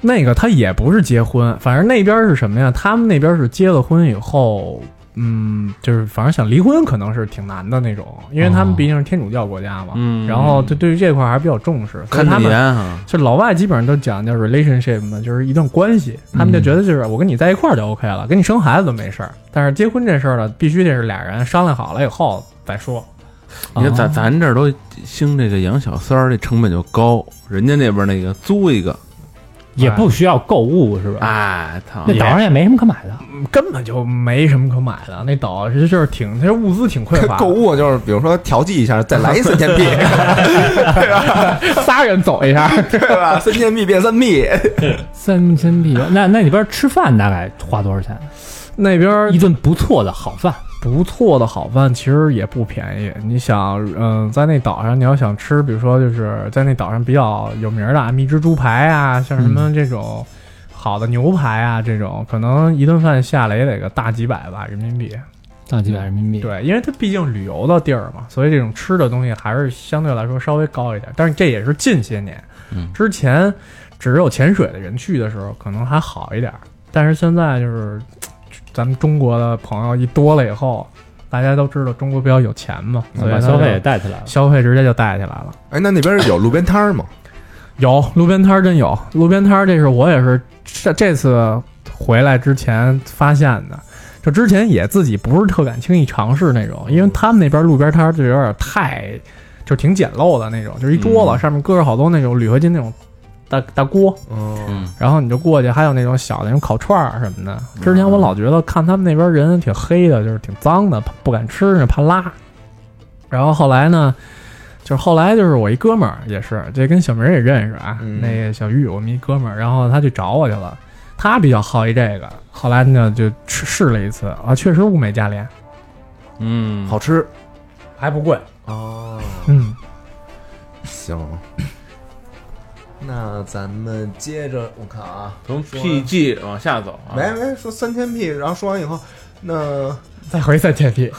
S6: 那个他也不是结婚，反正那边是什么呀？他们那边是结了婚以后，嗯，就是反正想离婚可能是挺难的那种，因为他们毕竟是天主教国家嘛，
S3: 嗯
S6: 然后对对于这块还是比较重视，所以
S3: 看
S6: 他
S3: 得严
S6: 们。
S3: 啊，
S6: 就老外基本上都讲究 relationship 嘛，就是一段关系，
S4: 嗯
S6: 他们就觉得就是我跟你在一块儿就 OK 了，跟你生孩子都没事儿，但是结婚这事儿呢，必须得是俩人商量好了以后再说。
S3: 你看咱咱这儿都兴这个养小三儿，这成本就高，人家那边那个租一个，
S2: 也
S6: 哎
S2: 不需要购物
S6: 嗯
S2: 是吧？
S6: 啊
S3: 哎，操
S2: 那，岛上也没什么可买的，
S6: 根本就没什么可买的，那岛其实就是挺，它物资挺匮
S4: *laughs* *laughs*
S6: 乏的，
S4: 购物就是比如说调剂一下，再来一三千币，
S6: 仨人走一下，
S4: *laughs*
S6: *laughs*
S4: 对吧？三千币变三币，
S2: 三千币。那那里边吃饭大概花多少钱？
S6: 那边儿
S2: 一顿不错的好饭，
S6: 不错的好饭其实也不便宜。你想，嗯、在那岛上你要想吃，比如说就是在那岛上比较有名儿的啊，蜜汁猪排啊，像什么这种好的牛排啊，这种可能一顿饭下来也得个大几百吧人民币。
S2: 大几百人民币。，
S6: 对，因为它毕竟旅游的地儿嘛，所以这种吃的东西还是相对来说稍微高一点。但是这也是近些年，
S2: 嗯
S6: 之前只有潜水的人去的时候可能还好一点儿，但是现在就是咱们中国的朋友一多了以后，大家都知道中国比较有钱嘛，所以
S2: 啊嗯把
S6: 他
S2: 消
S6: 就
S2: 费也带起来了。
S6: 消费直接就带起来了。
S4: *laughs* 哎，那那边有路边摊儿吗？
S6: 有路边摊儿真有，路边摊儿这是我也是这这次回来之前发现的。就之前也自己不是特敢轻易尝试那种，因为他们那边路边摊儿就有点太，就挺简陋的那种，就是一桌子上面搁着好多那种铝合金那种大大锅，
S4: 嗯
S5: 嗯，
S6: 然后你就过去，还有那种小的那种烤串儿什么的。之前我老觉得看他们那边人挺黑的，就是挺脏的，不敢吃，怕拉。然后后来呢，就是后来就是我一哥们儿也是，这跟小明儿也认识啊，
S4: 嗯
S6: 那个小玉我们一哥们儿，然后他去找我去了，他比较好奇这个，后来呢就吃试了一次啊，确实物美价廉，
S3: 嗯，
S4: 好吃
S6: 还不贵，
S4: 哦，
S6: 嗯。
S4: 行。那咱们接着，我看啊，
S3: 从
S4: 说
S3: PG 往下走啊，
S4: 没没说三千 P，然后说完以后，那
S6: 再回再铁皮，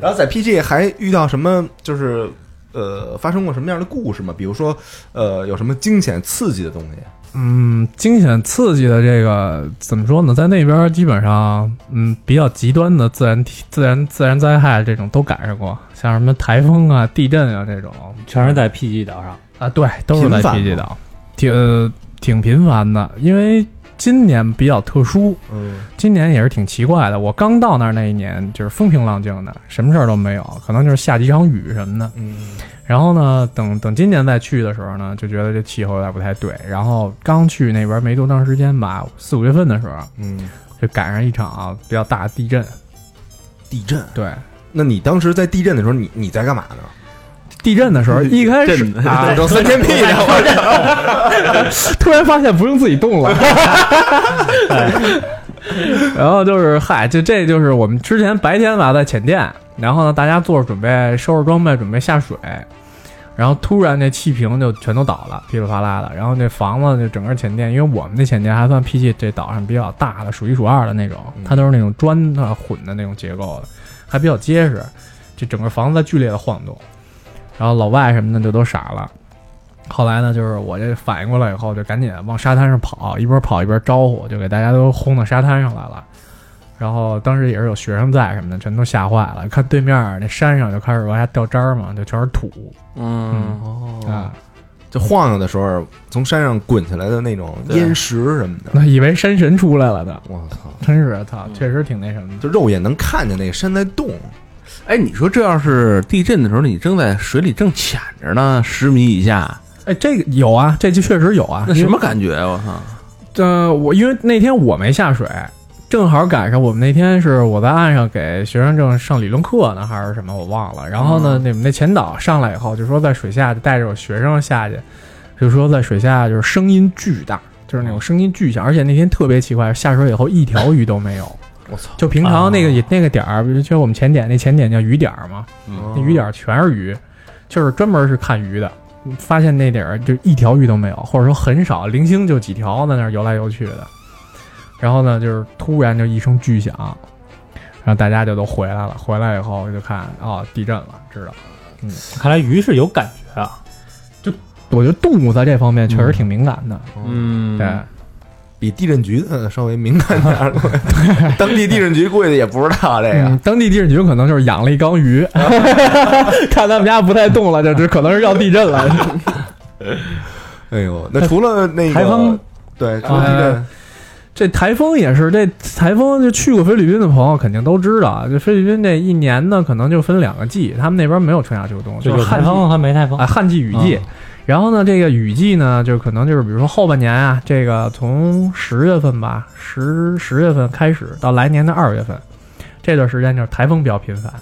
S4: 然后在 PG 还遇到什么？就是呃，发生过什么样的故事吗？比如说，呃，有什么惊险刺激的东西？
S6: 嗯，惊险刺激的这个怎么说呢？在那边基本上，嗯，比较极端的自然体自然自然灾害这种都赶上过，像什么台风啊、地震啊这种
S2: 全是在 PG 岛上。
S6: 啊，对，都是在
S4: 频繁
S6: PG 岛，挺、呃、挺频繁的。因为今年比较特殊，
S4: 嗯
S6: 今年也是挺奇怪的。我刚到那儿那一年，就是风平浪静的，什么事儿都没有，可能就是下几场雨什么的。
S4: 嗯
S6: 然后呢，等等今年再去的时候呢，就觉得这气候有点不太对。然后刚去那边没多长时间吧，四五月份的时候
S4: 嗯，
S6: 就赶上一场、比较大的地震。
S4: 地震。
S6: 对，
S4: 那你当时在地震的时候，你你在干嘛呢？
S6: 地震的时候一开始啊，
S4: 整三千 P 呢？我
S6: *laughs* 突然发现不用自己动 *laughs* 了。哎然后就是嗨，就这就是我们之前白天吧在浅店，然后呢大家做着准备收拾装备准备下水，然后突然那气瓶就全都倒了，噼里啪啦的，然后那房子就整个浅店，因为我们那浅店还算 PG 这岛上比较大的，数一数二的那种，它都是那种砖的混的那种结构的，还比较结实，这整个房子在剧烈的晃动，然后老外什么的就都傻了。后来呢，就是我这反应过来以后，就赶紧往沙滩上跑，一边跑一边招呼，就给大家都轰到沙滩上来了。然后当时也是有学生在什么的，全都吓坏了。看对面那山上就开始往下掉渣儿嘛，就全是土
S3: 嗯，
S6: 啊， *laughs*
S4: 就晃悠的时候，从山上滚下来的那种
S3: 对
S4: 烟石什么
S6: *laughs*
S4: 的，
S6: 那以为山神出来了的，
S4: 我操！
S6: 真是操，确实挺那什么的。
S4: 就肉眼能看见那个山在动，
S3: 哎，你说这要是地震的时候，你正在水里正潜着呢，十米以下，
S6: 哎，这个有啊，这就确实有啊。
S3: 那什么感觉？我操！
S6: 呃，我因为那天我没下水，正好赶上我们那天是我在岸上给学生证上理论课呢，还是什么我忘了。然后呢，你
S4: 嗯
S6: 们那前导上来以后就说在水下就带着我学生下去，就说在水下就是声音巨大，就是那种声音巨响，而且那天特别奇怪，下水以后一条鱼都没有。
S4: 嗯我操！啊
S6: 就平常那个、那个点儿，比如就我们前点那前点叫鱼点儿嘛，
S4: 嗯
S6: 那鱼点儿全是鱼，就是专门是看鱼的。发现那点儿就一条鱼都没有，或者说很少，零星就几条在那儿游来游去的。然后呢，就是突然就一声巨响，然后大家就都回来了。回来以后就看哦，地震了，知道。
S2: 看来鱼是有感觉啊，
S6: 我觉得动物在这方面确实挺敏感的，
S3: 嗯，
S6: 对。
S4: 比地震局呃稍微敏感点儿，当地地震局估计也不知道这
S6: 嗯
S4: 个。，
S6: 当地地震局可能就是养了一缸鱼， *laughs* 看他们家不太动了，就只可能是要地震了。
S4: 哎呦，那除了那个
S2: 台风，
S4: 对，除了地震，
S6: 这台风也是，这台风就去过菲律宾的朋友肯定都知道，就菲律宾这一年呢，可能就分两个季，他们那边没有春夏秋冬，
S2: 就
S6: 就是
S2: 有台
S6: 旱季
S2: 风和没台风
S6: 啊，。旱季、雨季。
S2: 嗯
S6: 然后呢，这个雨季呢，就可能就是比如说后半年啊，这个从十月份吧，十十月份开始到来年的二月份，这段时间就是台风比较频繁，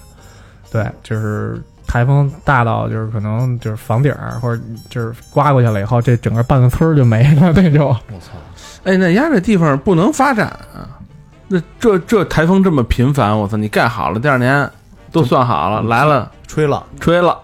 S6: 对，就是台风大到就是可能就是房顶儿或者就是刮过去了以后，这整个半个村儿就没了 *laughs* 那种。
S3: 哎，那压这地方不能发展啊！那这这台风这么频繁，我操！你盖好了，第二年都算好了，来了
S4: 吹了，
S3: 吹了，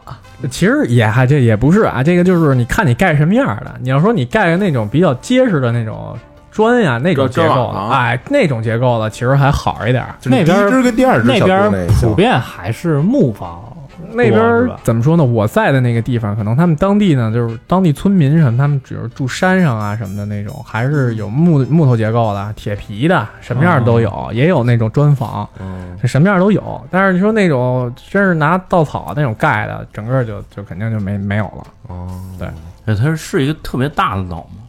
S6: 其实也还这也不是啊，这个就是你看你盖什么样儿的。你要说你盖个那种比较结实的那种砖呀、那种结
S3: 砖
S6: 构
S3: 瓦
S6: 的，
S3: 啊
S6: 哎，那种结构的其实还好一点儿。
S4: 就是
S2: 那边
S4: 第
S2: 儿
S4: 一只跟第二只
S2: 那
S4: 小
S2: 边
S4: 猪
S2: 儿
S4: 那一
S2: 普
S4: 像
S2: 遍还是木房，
S6: 那边
S2: 是
S6: 儿
S2: 吧
S6: 怎么说呢？我在的那个地方，可能他们当地呢，就是当地村民什么，他们只是住山上啊什么的那种，还是有木嗯木头结构的、铁皮的，什么样儿都有，也有那种砖房，
S4: 嗯
S6: 什么样儿都有。但是你说那种真是拿稻草那种盖的，整个就就肯定就没没有了。
S4: 哦，
S5: 哎，它是一个特别大的岛吗？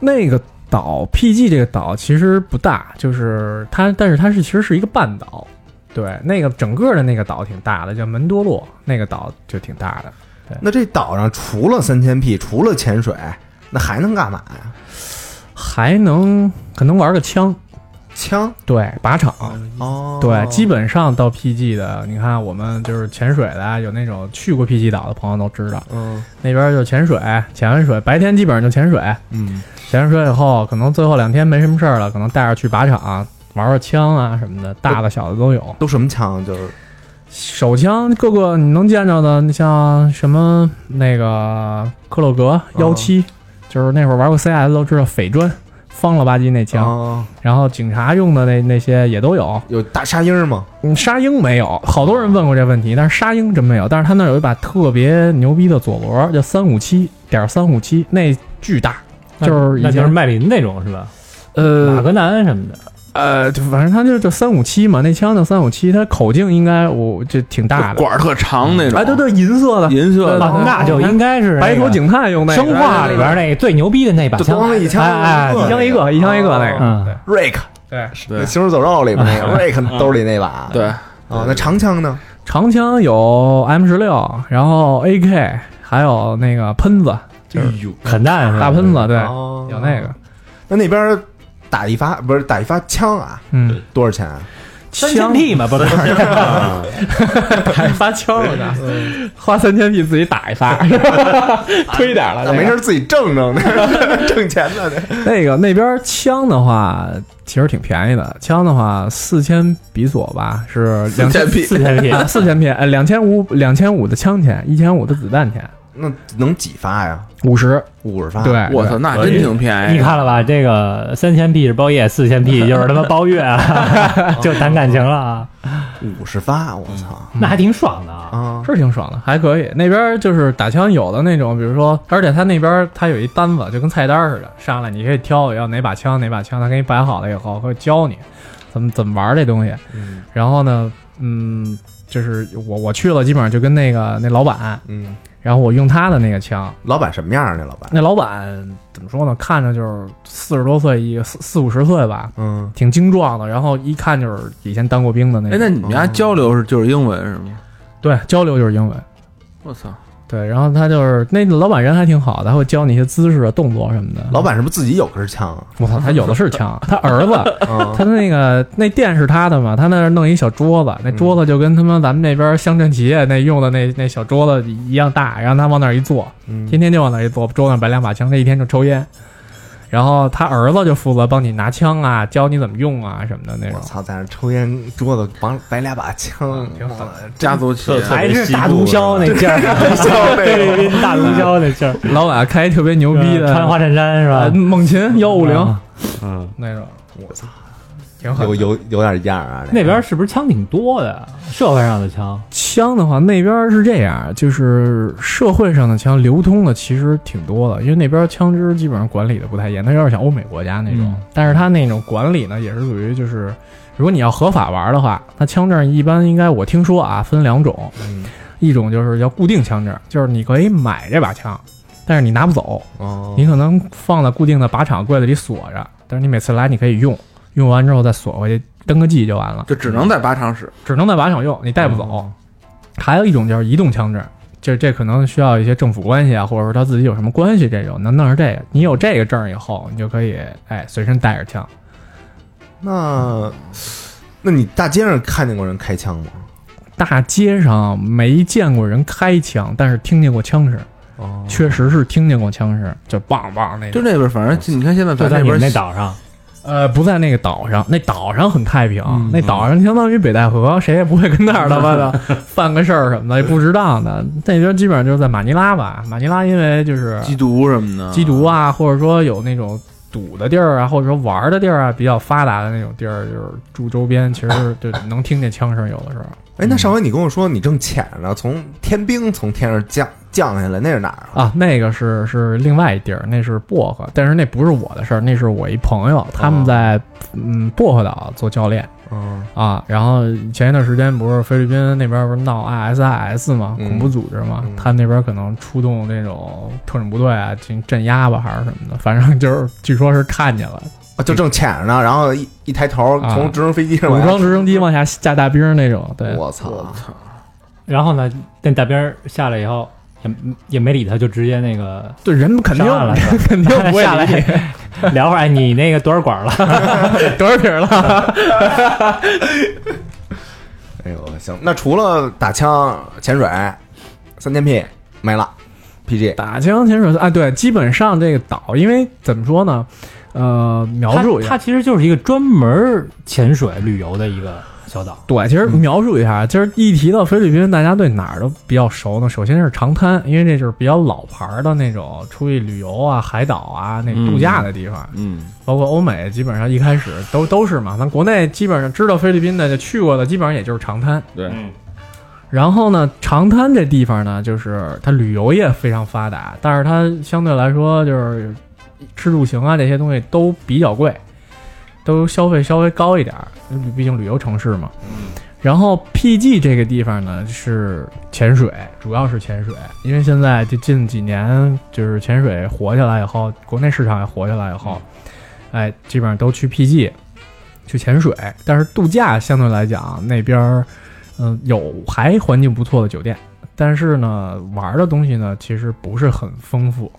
S6: 那个岛 PG 这个岛其实不大，就是它，但是它是其实是一个半岛。对，那个整个的那个岛挺大的，叫门多洛，那个岛就挺大的。
S4: 那这岛上除了三千 P，除了潜水，那还能干嘛呀？
S6: 还能可能玩个枪，
S4: 枪
S6: 对，靶场，
S4: 哦，
S6: 对，基本上到 PG 的，你看我们就是潜水的啊，有那种去过 PG 岛的朋友都知道，
S4: 嗯
S6: 那边就潜水，潜完水白天基本上就潜水，
S4: 嗯，
S6: 潜完水以后，可能最后两天没什么事儿了，可能带着去靶场玩玩枪啊什么的，大的小的都有。
S4: 都什么枪？就是
S6: 手枪各个你能见着的，你像什么那个克洛
S4: 哦
S6: 格幺七、就是那会儿玩过 CS 都知道匪砖，方了吧唧那枪，
S4: 哦
S6: 然后警察用的那那些也都有。
S4: 有大沙鹰吗？
S6: 嗯，沙鹰没有，好多人问过这问题，但是沙鹰真没有。但是他那儿有一把特别牛逼的左轮，叫三五七点三五七，那巨大，就是以
S2: 那就是
S6: 前
S2: 麦林那种是吧？马
S6: 呃
S2: 格南什么的，
S6: 呃，就反正他就就三五七嘛，那枪叫三五七，它口径应该我这挺大的，
S3: 管儿特长那种。
S6: *laughs* 哎对对，银色的，
S3: 银色的，
S6: 对对
S2: 啊那就应该是那个
S6: 呃
S4: 哎
S6: 白头警探用那个
S2: 生化里边那最牛逼的那把
S4: 咣
S2: 枪
S4: 了，一枪，
S2: 哎哎
S6: 一枪一个，一枪一个那个，
S2: 嗯，
S4: ，Rick
S6: 对，
S3: 对
S4: 行尸走肉里面那个 Rick 兜里那把，
S3: 对
S4: 啊，那长枪呢？
S6: 长枪有 M 十六，然后 AK，还有那个喷子，
S5: 哎呦，
S2: 很淡是吧
S6: 大喷嗯子，对，
S4: 哦
S6: 有那个，
S4: 那那边打一发不是打一发枪啊，
S6: 嗯，
S4: 多少钱啊？
S2: 三千 P 嘛，不是
S6: 还发枪了 *laughs* 呢，花三千币自己打一 *laughs* 发，亏点了
S4: 那没事。儿自己挣挣的，挣钱呢。这
S3: *laughs*
S6: 那个那边枪的话，其实挺便宜的，枪的话四千比索吧，是两千
S2: 四千 P，
S6: 啊，四千片，呃，两千五两千五的枪钱，一千五的子弹钱，
S4: 那能几发呀？
S6: 五十，
S4: 五十发？
S6: 对，，
S3: 啊我操，那真挺便宜。
S6: 哎
S2: 你看了吧？这个三千 P 是包夜，四千
S6: *laughs*
S2: P 就是他妈包月，啊，就谈感情了啊，
S4: 五十发，我操
S2: 那还挺爽的 *laughs* 啊。
S4: 啊！
S6: 是挺爽的，还可以。那边就是打枪有的那种，比如说，而且他那边他有一单子，就跟菜单似的，上来你可以挑要哪把枪哪把枪，他给你摆好了以后会教你怎么怎么玩这东西。
S4: 嗯
S6: 然后呢，嗯，就是我我去了，基本上就跟那个那老板，
S4: 嗯，
S6: 然后我用他的那个枪，
S4: 老板什么样啊？那老板？
S6: 那老板怎么说呢？看着就是四十多岁，一个四四五十岁吧，
S4: 嗯，
S6: 挺精壮的，然后一看就是以前当过兵的那
S3: 哎，
S6: 种。
S3: 那你们家交流是就是英文是吗？
S6: 对，交流就是英文。
S3: 我操，
S6: 对，然后他就是那老板人还挺好的，他会教你一些姿势、动作什么的。
S4: 老板是不是自己有根枪啊？
S6: 我操，他有的是枪，他儿子，
S4: 啊
S6: 他那个那店是他的嘛，他那儿弄一小桌子，那
S4: 嗯
S6: 桌子就跟他妈咱们那边乡镇企业那用的那那小桌子一样大，然后他往那儿一坐，
S4: 嗯
S6: 天天就往那儿一坐，桌子上摆两把枪，他一天就抽烟。然后他儿子就负责帮你拿枪啊，教你怎么用啊什么的那
S4: 我
S6: 种。
S4: 操，在那抽烟，桌子绑摆俩把枪，
S6: 挺狠的
S3: 家族企业
S5: 特
S2: 还是大毒枭那劲儿，菲律宾大毒枭那劲儿，
S6: 老板开一特别 *laughs* 牛逼的
S2: 穿花衬衫是
S6: 呃
S2: 吧？
S6: 猛禽幺五零
S2: 啊
S5: 嗯，
S6: 那种，
S4: 我操，
S6: 挺狠
S4: 有
S6: 的。
S4: *laughs* 有有点样啊！这
S2: 那边是不是枪挺多的？社会上的枪，
S6: 枪的话，那边是这样，就是社会上的枪流通的其实挺多的，因为那边枪支基本上管理的不太严，它有点像欧美国家那种，
S2: 嗯
S6: 但是它那种管理呢，也是属于就是，如果你要合法玩的话，那枪证一般应该我听说啊分两种，
S4: 嗯
S6: 一种就是叫固定枪证，就是你可以买这把枪，但是你拿不走，
S4: 哦
S6: 你可能放在固定的靶场柜子里锁着，但是你每次来你可以用，用完之后再锁回去，登个记就完了。
S3: 就只能在靶场使。
S6: 只能在靶场用，你带不走。还有一种就是移动枪支，这这可能需要一些政府关系啊，或者说他自己有什么关系这种，能弄上这个。你有这个证以后，你就可以哎随身带着枪。
S4: 那那你大街上看见过人开枪吗？
S6: 大街上没见过人开枪，但是听见过枪声，
S4: 哦
S6: 确实是听见过枪声，就棒棒那
S3: 就
S6: 种。
S3: 那边，反正你看现在
S2: 就
S3: 咱
S2: 在
S3: 这
S2: 你们
S3: 边
S2: 那岛上，
S6: 呃，不在那个岛上，那岛上很太平，那岛上相当于北戴河，谁也不会跟那儿他妈的犯个事儿什么的，也不值当的。那边基本上就是在马尼拉吧，马尼拉因为就是
S3: 吸啊毒什么的，
S6: 缉毒啊，或者说有那种赌的地儿啊，或者说玩儿的地儿啊，比较发达的那种地儿，就是住周边，其实就能听见枪声，有的时候。
S4: 哎，那上回你跟我说你正潜着，从天兵从天上降降下来，那是哪儿啊？
S6: 啊，那个是是另外一地儿，那是薄荷，但是那不是我的事儿，那是我一朋友，他们在、嗯薄荷岛做教练
S4: 嗯
S6: 啊。然后前一段时间不是菲律宾那边不是闹 ISIS 嘛，
S4: 嗯
S6: 恐怖组织嘛，
S4: 嗯
S6: 他们那边可能出动那种特种部队啊，进镇压吧还是什么的，反正就是据说是看见了。
S4: 啊，就正潜着呢，然后一一抬头，
S6: 啊
S4: 从直升飞机上
S6: 武
S4: 往下
S6: 装直升啊机往下架大兵那种，对，
S4: 我操！
S2: 然后呢，那大兵儿下来以后，也也没理他，就直接那个
S6: 对人肯定
S2: 上岸了
S6: *laughs* 肯定不
S2: *laughs*
S6: 会
S2: 下来
S6: 理 *laughs*
S2: 聊会儿，哎你那个多少管了？
S6: 你多少瓶了？
S4: 哎呦，行，那除了打枪、潜水、三千 P 没了，PG
S6: 打枪潜水啊，对，基本上这个岛，因为怎么说呢？呃，描述一
S2: 它
S6: 下，
S2: 其实就是一个专门潜水旅游的一个小岛。
S6: 对，其实描述一下，就是一提到菲律宾，大家对哪儿都比较熟呢？首先是长滩，因为这就是比较老牌儿的那种出去旅游啊、海岛啊、那度假的地方。
S5: 嗯，
S6: 包括欧美，基本上一开始都都是嘛。咱国内基本上知道菲律宾的就去过的，基本上也就是长滩。
S3: 对
S5: 嗯
S6: 然后呢，长滩这地方呢，就是它旅游业非常发达，但是它相对来说就是吃住行啊这些东西都比较贵，都消费稍微高一点儿，毕竟旅游城市嘛。然后 PG 这个地方呢是潜水，主要是潜水，因为现在就近几年就是潜水火起来以后，国内市场也火起来以后，哎，基本上都去 PG 去潜水。但是度假相对来讲那边儿，嗯、有还环境不错的酒店，但是呢玩儿的东西呢其实不是很丰富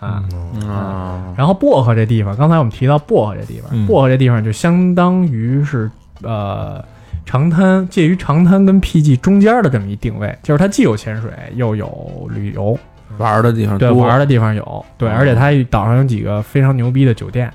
S6: 啊。
S3: 啊，
S6: 然后薄荷这地方，刚才我们提到薄荷这地方，
S3: 嗯
S6: 薄荷这地方就相当于是呃长滩介于长滩跟 PG 中间的这么一定位，就是它既有潜水又有旅游，
S3: 玩的地方
S6: 对
S3: 多
S6: 玩的地方有，对，而且它岛上有几个非常牛逼的酒店，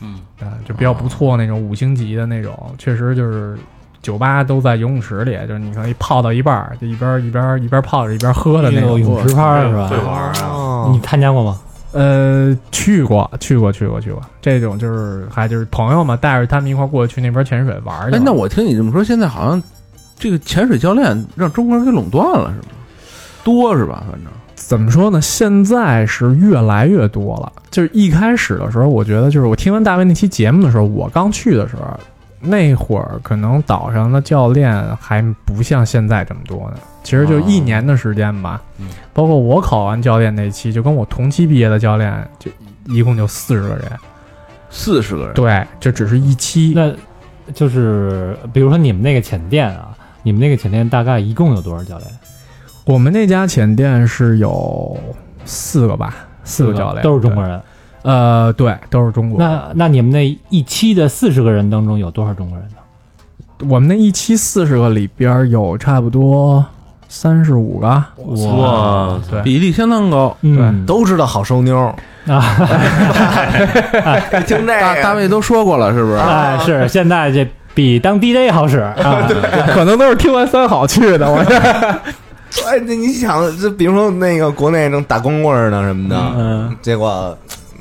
S5: 嗯
S6: 啊、就比较不错那种五星级的那种，确实就是。酒吧都在游泳池里，就是你可以泡到一半儿，就一边儿一边儿一边儿泡着一边儿喝的那种。
S2: 泳池趴是吧？
S5: 玩
S6: 啊
S4: 哦
S2: 你参加过吗？
S6: 呃，去过，去过，去过，去过。这种就是还就是朋友嘛，带着他们一块儿过去那边潜水玩儿去了。
S3: 哎，那我听你这么说，现在好像这个潜水教练让中国人给垄断了，是吗？多是吧？反正
S6: 怎么说呢？现在是越来越多了。就是一开始的时候，我觉得就是我听完大卫那期节目的时候，我刚去的时候，那会儿可能岛上的教练还不像现在这么多呢。其实就一年的时间吧，
S5: 嗯
S6: 包括我考完教练那期，就跟我同期毕业的教练，就一共就四十个人。
S3: 四十个人，
S6: 对，这只是一期。
S2: 那就是比如说你们那个潜店啊，你们那个潜店大概一共有多少教练？
S6: 我们那家潜店是有四个吧，四个教练
S2: 都是中国
S6: 人。
S2: 人。
S6: 呃，对，都是中国。
S2: 那那你们那一期的四十个人当中有多少中国人呢？
S6: 我们那一期四十个里边儿有差不多三十五个，
S5: 哇塞，
S6: 对，
S3: 比例相当高。
S2: 嗯，
S4: 都知道好收妞
S2: 啊，
S4: *laughs* 听这
S3: 大大卫都说过了，是不是？
S4: 啊
S3: *laughs*
S2: 哎，是现在这比当 DJ 好使
S6: *laughs*
S2: 啊。
S6: 可能都是听完三好去的。我
S4: 哎，那你想，这比如说那个国内正打光棍呢什么的，
S2: 嗯，
S4: 结果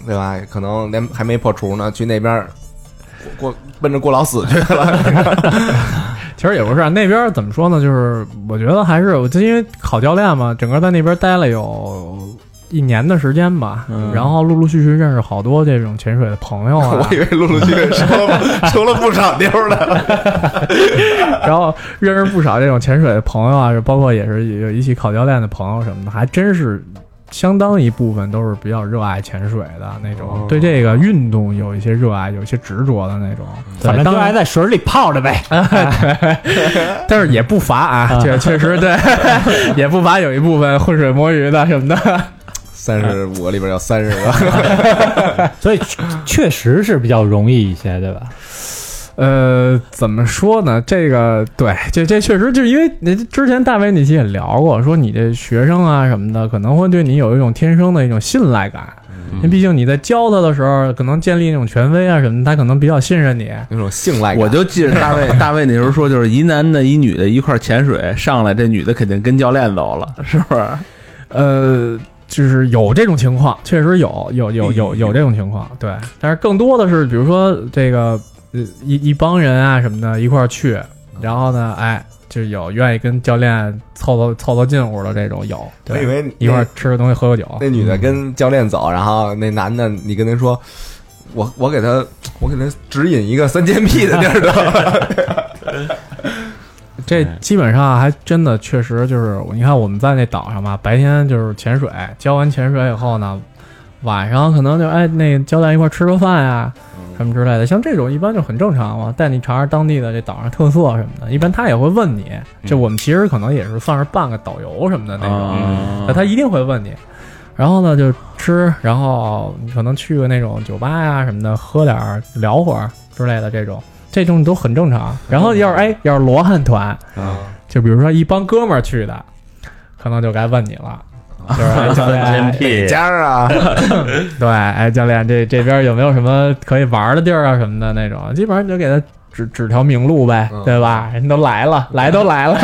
S4: 对吧？可能连还没破除呢，去那边过过奔着过劳死去了。
S6: *laughs* 其实也不是啊，那边儿怎么说呢？就是我觉得还是我就因为考教练嘛，整个在那边待了有一年的时间吧，
S3: 嗯
S6: 然后陆陆续续认识好多这种潜水的朋友啊 *laughs*
S4: 我，以为陆陆续续说了说了不少妞呢。
S6: 然后认识不少这种潜水的朋友啊，包括也是有一起考教练的朋友什么的，还真是相当一部分都是比较热爱潜水的那种，对这个运动有一些热爱、有一些执着的那种。
S2: *laughs* 反正
S6: 当
S2: 都还在水里泡着
S6: *laughs*
S2: 呗。
S6: 但是也不乏啊，这确实对，也不乏有一部分浑水摸鱼的什么的。
S4: 三十五个里边有三十个，
S2: 所以确确实是比较容易一些，对
S6: *laughs*
S2: 吧？
S6: 呃，怎么说呢？这个对，这这确实就是因为你之前大卫那期也聊过，说你这学生啊什么的，可能会对你有一种天生的一种信赖感，因为毕竟你在教他的时候，可能建立那种权威啊什么的，他可能比较信任你。
S4: 那种性赖感。
S3: 我就记着大卫， *laughs* 大卫那时候说，就是一男的、一女的一块儿潜水上来，这女的肯定跟教练走了，是不是？
S6: 呃，就是有这种情况，确实有，有有
S4: 嗯
S6: 有有这种情况，对。但是更多的是，比如说这个呃一一帮人啊什么的，一块儿去，然后呢，
S4: 嗯
S6: 哎，就有愿意跟教练凑凑凑凑近乎的这种有，
S4: 我
S6: 对，
S4: 以为
S6: 一块儿吃个东西喝个酒
S4: 那，女的跟教练走，然后那男的你跟他说，我我给他我给他指引一个三千 P 的地儿的。
S6: 这基本上还真的确实就是，你看我们在那岛上嘛，白天就是潜水，教完潜水以后呢，晚上可能就哎那教练一块儿吃个饭呀、什么之类的，像这种一般就很正常嘛。带你尝尝当地的这岛上特色什么的，一般他也会问你。这我们其实可能也是算是半个导游什么的那种，
S3: 啊
S6: 那他一定会问你。然后呢，就吃，然后你可能去个那种酒吧呀、什么的，喝点儿聊会儿之类的这种，这种都很正常。然后要是哎，要是罗汉团，就比如说一帮哥们儿去的，可能就该问你了，就是哎教练，
S5: 屁
S4: 家啊，
S6: 对，哎教练，这这边有没有什么可以玩的地儿啊什么的那种，基本上你就给他。指指条明路呗，对吧？人都来了，来都来了，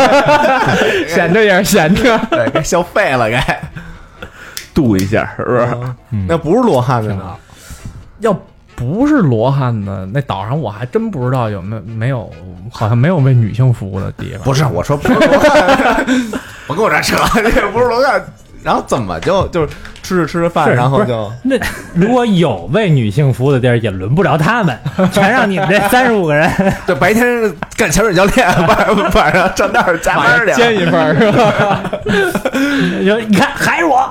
S6: *laughs* 闲着也是闲着。
S4: 对，该消费了，该。
S3: *laughs* 度一下，是不是？
S4: 那不是罗汉的呢，
S6: 要不是罗汉呢，那岛上我还真不知道有没有没有，好像没有为女性服务的地方。
S4: 不是，我说不是罗汉， *laughs* 我跟我这扯，这不是罗汉。然后怎么就就是吃着吃着饭，
S2: 是
S4: 然
S2: 不
S4: 后
S2: 是
S4: 就
S2: 那如果有为女性服务的地儿，也轮不着他们，全让你们这三十五个人。
S4: 就白天干潜水教练，晚晚上上那儿加班去。
S6: 煎一份儿是吧？
S2: *laughs* 就你看，还是我。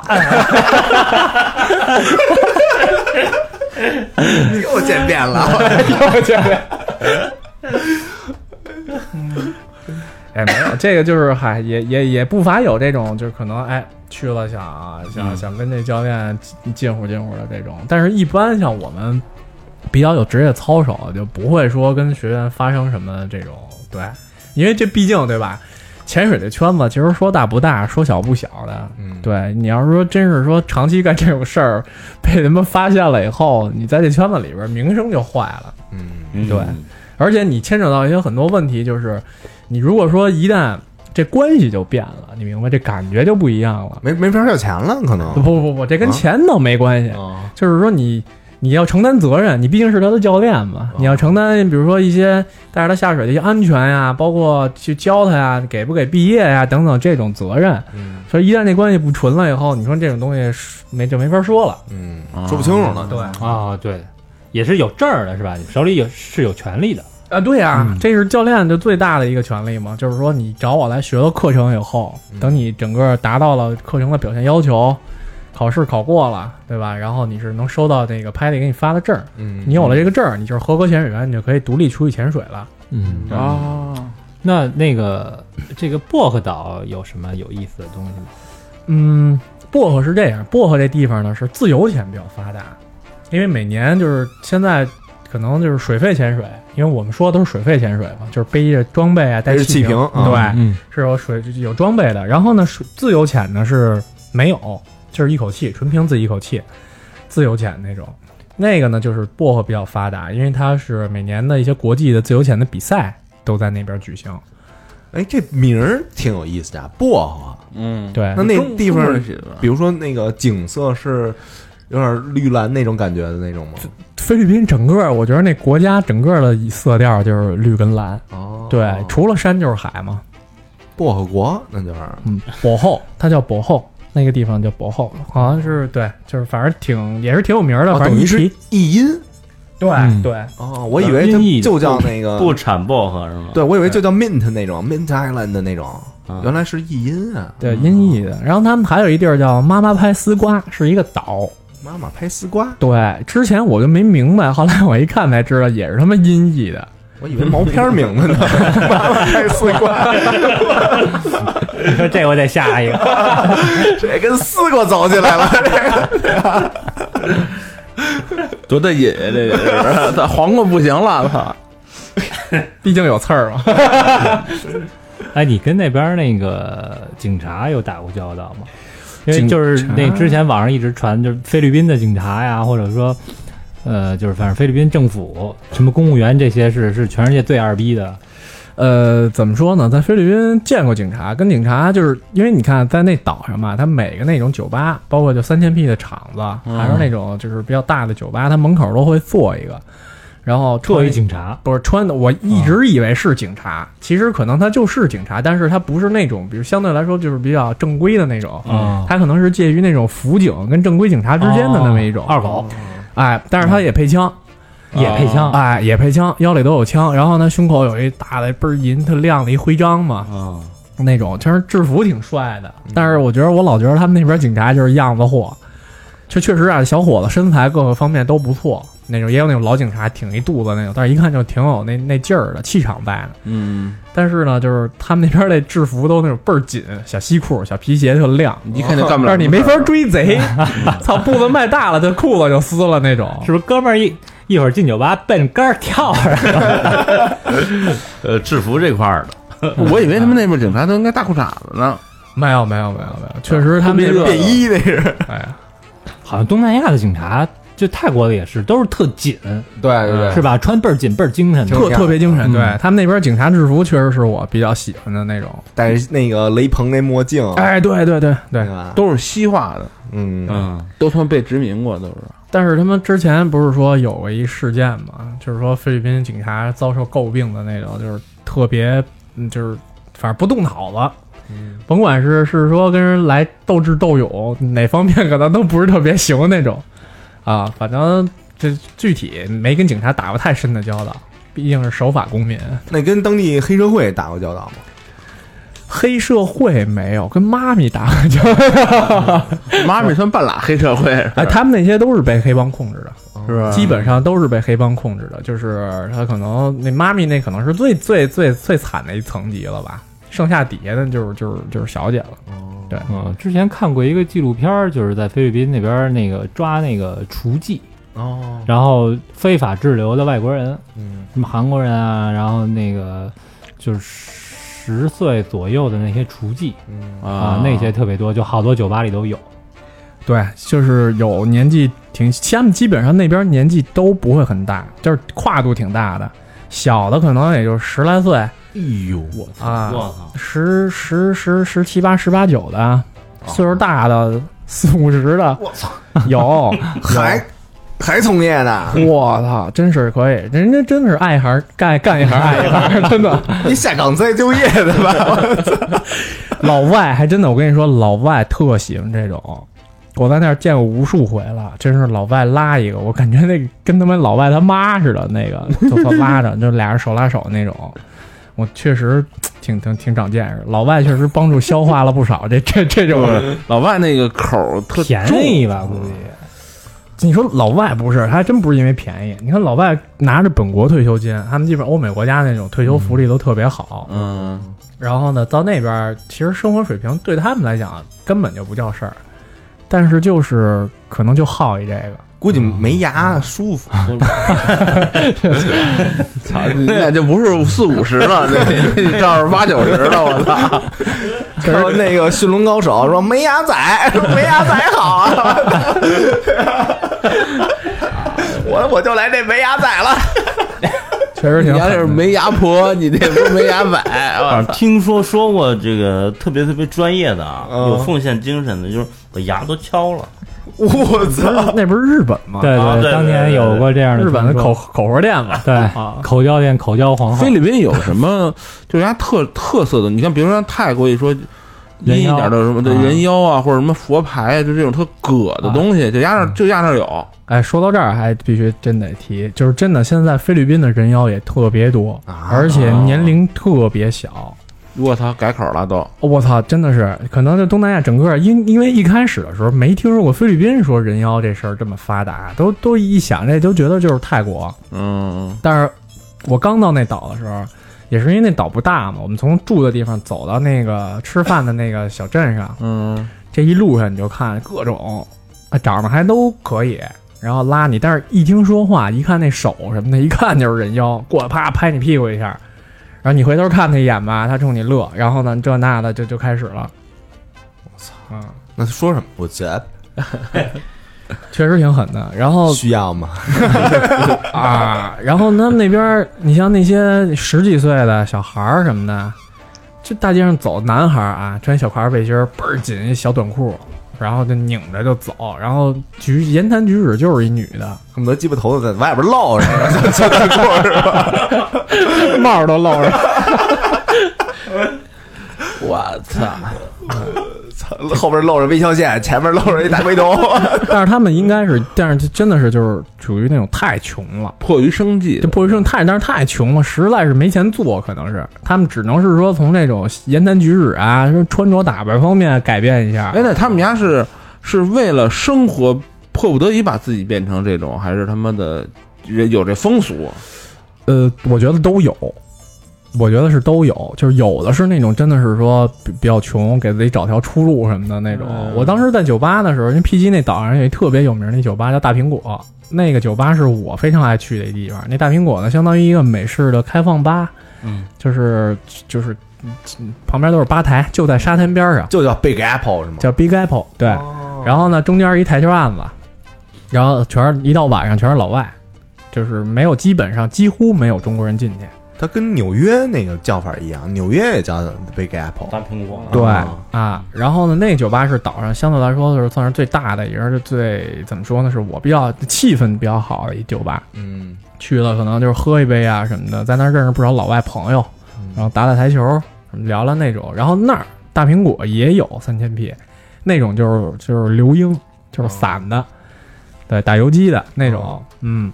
S4: 又见面了，
S6: 哎，没有，这个就是嗨，也也也不乏有这种，就是可能哎去了想
S4: 嗯
S6: 想想跟这教练近乎近乎的这种，但是一般像我们比较有职业操守，就不会说跟学员发生什么这种对，因为这毕竟对吧？潜水这圈子其实说大不大，说小不小的。
S4: 嗯
S6: 对你要是说真是说长期干这种事儿，被他们发现了以后，你在这圈子里边名声就坏了。
S4: 嗯，
S6: 对，而且你牵扯到一些很多问题，就是你如果说一旦这关系就变了，你明白这感觉就不一样了。
S4: 没没法要钱了，可能
S6: 不。不不，这跟钱倒没关系，
S4: 哦
S6: 就是说你你要承担责任，你毕竟是他的教练嘛，你要承担，比如说一些带着他下水的一些安全呀，包括去教他呀，给不给毕业呀等等这种责任。
S4: 嗯
S6: 所以一旦这关系不纯了以后，你说这种东西是没就没法说了。
S4: 嗯，说不清楚了。
S6: 对
S2: 啊，对，也是有证儿的是吧？手里有是有权利的。
S6: 啊，对呀、
S4: 嗯
S6: 这是教练的最大的一个权利嘛，就是说你找我来学了课程以后，
S4: 嗯
S6: 等你整个达到了课程的表现要求，考试考过了，对吧？然后你是能收到那个拍 a 给你发的证儿，
S4: 嗯，
S6: 你有了这个证儿，你就是合格潜水员，你就可以独立出去潜水了。
S2: 嗯，
S5: 啊
S3: 哦，
S2: 那那个这个薄荷岛有什么有意思的东西吗？
S6: 嗯，薄荷是这样，薄荷这地方呢是自由潜比较发达，因为每年就是现在可能就是水肺潜水，因为我们说的都是水肺潜水嘛，就是背着装备啊，带
S4: 背着气
S6: 瓶，
S4: 瓶啊
S6: 对，
S2: 嗯
S6: 是有水有装备的。然后呢，水自由潜呢是没有，就是一口气，纯凭自己一口气，自由潜那种。那个呢，就是薄荷比较发达，因为它是每年的一些国际的自由潜的比赛都在那边举行。
S4: 哎，这名儿挺有意思的，薄荷。
S3: 嗯，
S6: 对，
S4: 那那
S3: 中
S4: 地
S3: 中
S4: 方
S3: 国人写的吧
S4: 比如说那个景色是有点绿蓝那种感觉的那种吗？
S6: 菲律宾整个，我觉得那国家整个的色调就是绿跟蓝，
S4: 哦，
S6: 对，除了山就是海嘛。
S4: 薄荷国那就是
S6: 嗯，博后，它叫博后，那个地方叫博后，好像是对，就是反正挺也是挺有名的，
S4: 哦，
S6: 反
S4: 等
S6: 正
S4: 于
S6: 一
S4: 是
S6: 提，
S4: 译音
S6: 对、
S2: 嗯
S6: 对，
S4: 哦，我以为它
S2: 音译的
S4: 就叫那个
S5: 不产薄荷是吗？
S4: 对，我以为就叫 mint 那种 mint island 的那种，
S5: 啊
S4: 原来是译音啊！
S6: 对，音译的。然后他们还有一地儿叫妈妈拍丝瓜，是一个岛。
S4: 妈妈拍丝瓜，
S6: 对，之前我就没明白，后来我一看才知道，也是他妈音译的。
S4: 我以为毛片儿名 *laughs* 字呢。妈妈拍丝瓜，
S2: 你说 *laughs* 这我得下一个。
S4: 这跟丝瓜走起来了。
S3: 多带瘾啊！这个是黄瓜不行了，操！
S6: 毕竟有刺儿嘛，
S2: *laughs* 哎，你跟那边那个警察有打过交道吗？因为
S3: 警
S2: 就是那
S3: 察
S2: 之前网上一直传，就是菲律宾的警察呀，或者说，呃，就是反正菲律宾政府什么公务员这些是是全世界最二逼的。
S6: 呃，怎么说呢？在菲律宾见过警察，跟警察就是因为你看，在那岛上嘛，它每个那种酒吧，包括就三千 P 的厂子，
S4: 哦
S6: 还是那种就是比较大的酒吧，它门口都会做一个，然后
S2: 作
S6: 一
S2: 为警察，
S6: 不是穿的，我
S4: 哦
S6: 一直以为是警察，其实可能他就是警察，但是他不是那种，比如相对来说就是比较正规的那种，
S2: 嗯
S6: 他可能是介于那种辅警跟正规警察之间的那么一种，
S2: 哦二狗
S6: 哎，但是他也配枪，
S2: 也配枪，
S6: 哎，也配枪，腰里都有枪，然后呢，胸口有一大的倍儿银特亮的一徽章嘛，
S5: 啊，
S2: 哦
S6: 那种，其实制服挺帅的，
S2: 嗯
S6: 但是我觉得我老觉得他们那边警察就是样子货，这确实啊，小伙子身材各个方面都不错，那种也有那种老警察挺一肚子那种，但是一看就挺有那那劲儿的气场在的。
S3: 嗯，
S6: 但是呢，就是他们那边那制服都那种倍儿紧，小西裤、小皮鞋特亮，
S3: 一看就干不了什么事儿。
S6: 但是你没法追 *laughs* 贼，操，步子迈大了，这裤子就撕了那种。
S2: 是不是哥们儿一一会儿进酒吧奔杆儿跳上？
S5: 呃，制服这块儿的，
S3: 我以为他们那边警察都应该大裤衩子呢，
S6: 没有没有没有没有，确实他们那个
S4: 便衣那是，
S6: 哎，
S2: 好像东南亚的警察，就泰国的也是，都是特紧，
S4: *laughs* 对对对，
S2: 是吧？穿倍儿紧，倍儿精神的。
S6: 特
S4: 挺
S6: 特别精神。
S2: 嗯
S6: 对他们那边警察制服确实是我比较喜欢的那种。
S4: 戴着那个雷朋那墨镜，
S6: 哎，对对对
S4: 对
S6: 对，
S4: 吧？
S3: 都是西化的，
S4: 嗯，
S5: 嗯，
S3: 都他妈被殖民过，都是。
S6: 但是他们之前不是说有过一事件嘛，就是说菲律宾警察遭受诟病的那种，就是特别，嗯就是反正不动脑子。甭管是是说跟人来斗智斗勇，哪方面可能都不是特别行那种，啊，反正这具体没跟警察打过太深的交道，毕竟是守法公民。
S4: 那跟当地黑社会打过交道吗？
S6: 黑社会没有跟妈咪打过交道，
S3: 妈咪算半拉黑社会，
S6: 哎，他们那些都是被黑帮控制的。
S3: 是吧？
S6: 基本上都是被黑帮控制的，就是他可能那妈咪那可能是最最最最惨的一层级了吧，剩下底下的就是就是就是小姐了。
S5: 哦
S2: 嗯，之前看过一个纪录片儿，就是在菲律宾那边儿那个抓那个雏妓，
S4: 哦，
S2: 然后非法滞留的外国人，
S4: 嗯，
S2: 什么韩国人啊，然后那个就是十岁左右的那些雏妓啊，那些特别多，就好多酒吧里都有。
S6: 对，就是有年纪挺，他们基本上那边年纪都不会很大，就是跨度挺大的，小的可能也就十来岁
S5: 哎呦，我操
S6: 啊
S5: 我操，哦
S6: 十十十十七八、十八九的，岁数大的四五十的，我操，有
S4: 还还从业呢？
S6: 我操，真是可以，人家真是爱一行干干一行爱一行，真的。
S4: 你下岗再就业的吧？
S6: 老外还真的，我跟你说，老外特喜欢这种。我在那儿见过无数回了，真是老外拉一个，我感觉那个跟他们老外他妈似的，那个就说拉着，就俩人手拉手那种。我确实挺挺挺长见识，老外确实帮助消化了不少这这这种。
S3: 老外那个口儿特
S2: 便
S3: 重
S2: 宜吧，估计。
S6: 哎你说老外不是，他还真不是因为便宜。你看老外拿着本国退休金，他们基本欧美国家那种退休福利都特别好，
S3: 嗯，
S6: 然后呢，到那边儿其实生活水平对他们来讲根本就不叫事儿，但是就是可能就好一这个。
S4: *laughs* 估计没牙舒服，
S3: 操，那就不是四五十了，这这照是八九十了，我操！
S6: *laughs*
S4: 说那个驯龙高手说没牙仔，没牙仔好 *laughs* 啊！我我就来这没牙仔了。
S6: 确实
S3: 你
S6: 挺
S3: 要
S6: 狠
S3: 是
S6: 的。
S3: 没牙婆，你这不是没牙仔，我
S5: 反正啊听说说过这个特别特别专业的啊，
S4: 嗯
S5: 有奉献精神的，就是把牙都敲了，
S4: 我操！
S6: 那不是日本吗？
S2: 对
S5: 啊对对
S2: 当年有过这样的
S6: 啊日本的
S2: 传
S6: 口
S2: 说
S6: 口活店嘛。
S2: 对
S6: 啊
S2: 口交店口交皇后
S3: 菲，律宾有什么就是它特特色的？你看，比如说泰国一说阴
S2: 人
S3: 一
S2: 妖
S3: 点的什么对
S2: 啊
S3: 人妖啊，或者什么佛牌，就这种特葛的东西，就压那就压那有。
S6: 哎，说到这
S2: 啊
S6: 儿还必须真得提，就是真的现在菲律宾的人妖也特别多，
S4: 啊
S6: 而且
S2: 哦
S6: 年龄特别小。
S3: 我操，改口了都。
S6: 哦我操，真的是，可能就东南亚整个，因因为一开始的时候没听说过菲律宾说人妖这事儿这么发达，都都一想这都觉得就是泰国。
S3: 嗯，
S6: 但是我刚到那岛的时候，也是因为那岛不大嘛，我们从住的地方走到那个吃饭的那个小镇上，
S3: 嗯，
S6: 这一路上你就看各种，啊，长得还都可以，然后拉你，但是一听说话，一看那手什么的，一看就是人妖，过来啪拍你屁股一下，然后你回头看他一眼吧，他冲你乐，然后呢这那的就就开始了。我操，
S4: 那说什么？我觉得
S6: 确实挺狠的。然后
S4: 需要吗？
S6: 啊，然后他们那边儿，你像那些十几岁的小孩儿什么的，就大街上走，男孩儿啊，穿小垮背心儿，倍儿紧，一小短裤，然后就拧着就走，然后举言谈举止就是一女的，
S4: 恨不得鸡巴头子在外边露着，
S6: 帽儿都露着，
S4: 我操！操，后边露着微笑线，前面露着一大背头。
S6: 但是他们应该是，但是就真的是就是属于那种太穷了。
S3: 迫于生计
S6: 这，破学生太，但是太穷了，实在是没钱做，可能是他们只能是说从这种言谈举止啊，说穿着打扮方面改变一下。
S3: 哎，那他们家是是为了生活迫不得已把自己变成这种，还是他妈的人有这风俗？
S6: 呃，我觉得都有，我觉得是都有，就是有的是那种真的是说比比较穷，给自己找条出路什么的那种。我当时在酒吧的时候，因为 PG 那岛上有一特别有名的酒吧叫大苹果，那个酒吧是我非常爱去的一地方。那大苹果呢，相当于一个美式的开放吧，
S5: 嗯，
S6: 就是就是嗯旁边都是吧台，就在沙滩边上，
S4: 就叫 Big Apple 是吗？
S6: 叫 Big Apple，对。然后呢，中间一台球案子，然后全是一到晚上全是老外，就是没有基本上几乎没有中国人进去。
S4: 它跟纽约那个叫法一样，纽约也叫 Big Apple。
S5: 大苹果，
S6: 对
S4: 啊
S6: 啊，然后呢，那酒吧是岛上相对来说就是算是最大的，也是最怎么说呢，是我比较气氛比较好的一酒吧。
S4: 嗯，
S6: 去了可能就是喝一杯啊什么的，在那儿认识不少老外朋友，
S2: 嗯
S6: 然后打打台球，什么聊聊那种。然后那儿大苹果也有三千 P，那种就是就是流英，就是散
S2: 哦
S6: 的，对，打游击的那种，嗯，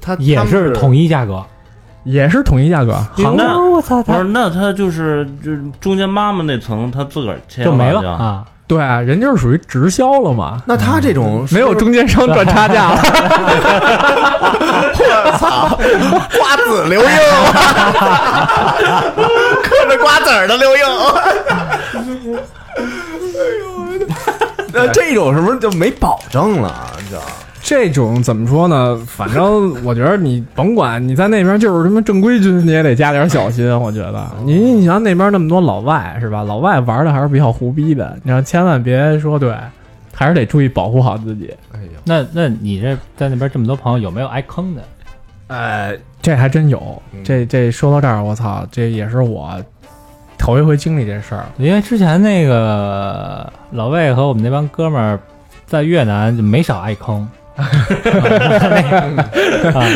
S4: 它
S2: 也是啊统
S4: 一
S2: 一价格。
S6: 也是统一价格。
S2: 哎
S5: 那
S6: 韩国我操，
S5: 不是，那他就是就是中间妈妈那层，他自个儿切
S2: 就没
S5: 了
S2: 了啊！
S6: 对啊，人就是属于直销了嘛，
S4: 那它这种
S6: 没有中间商赚差价了。
S4: 瓜子刘英，嗑着瓜子儿的刘英。哎呦，那这种是不是就没保证了？啊你知道吗？
S6: 这种怎么说呢？反正我觉得你甭管你在那边就是什么正规军，你也得加点小心。我觉得你你想那边那么多老外是吧？老外玩的还是比较胡逼的，你要千万别说对，还是得注意保护好自己。
S4: 哎呦，
S2: 那那你这在那边这么多朋友，有没有挨坑的？
S4: 哎，
S6: 这还真有，
S2: 嗯
S6: 这这说到这儿，我操，这也是我头一回经历这事儿。
S2: 因为之前那个老魏和我们那帮哥们儿在越南就没少挨
S6: *laughs*
S2: 坑，啊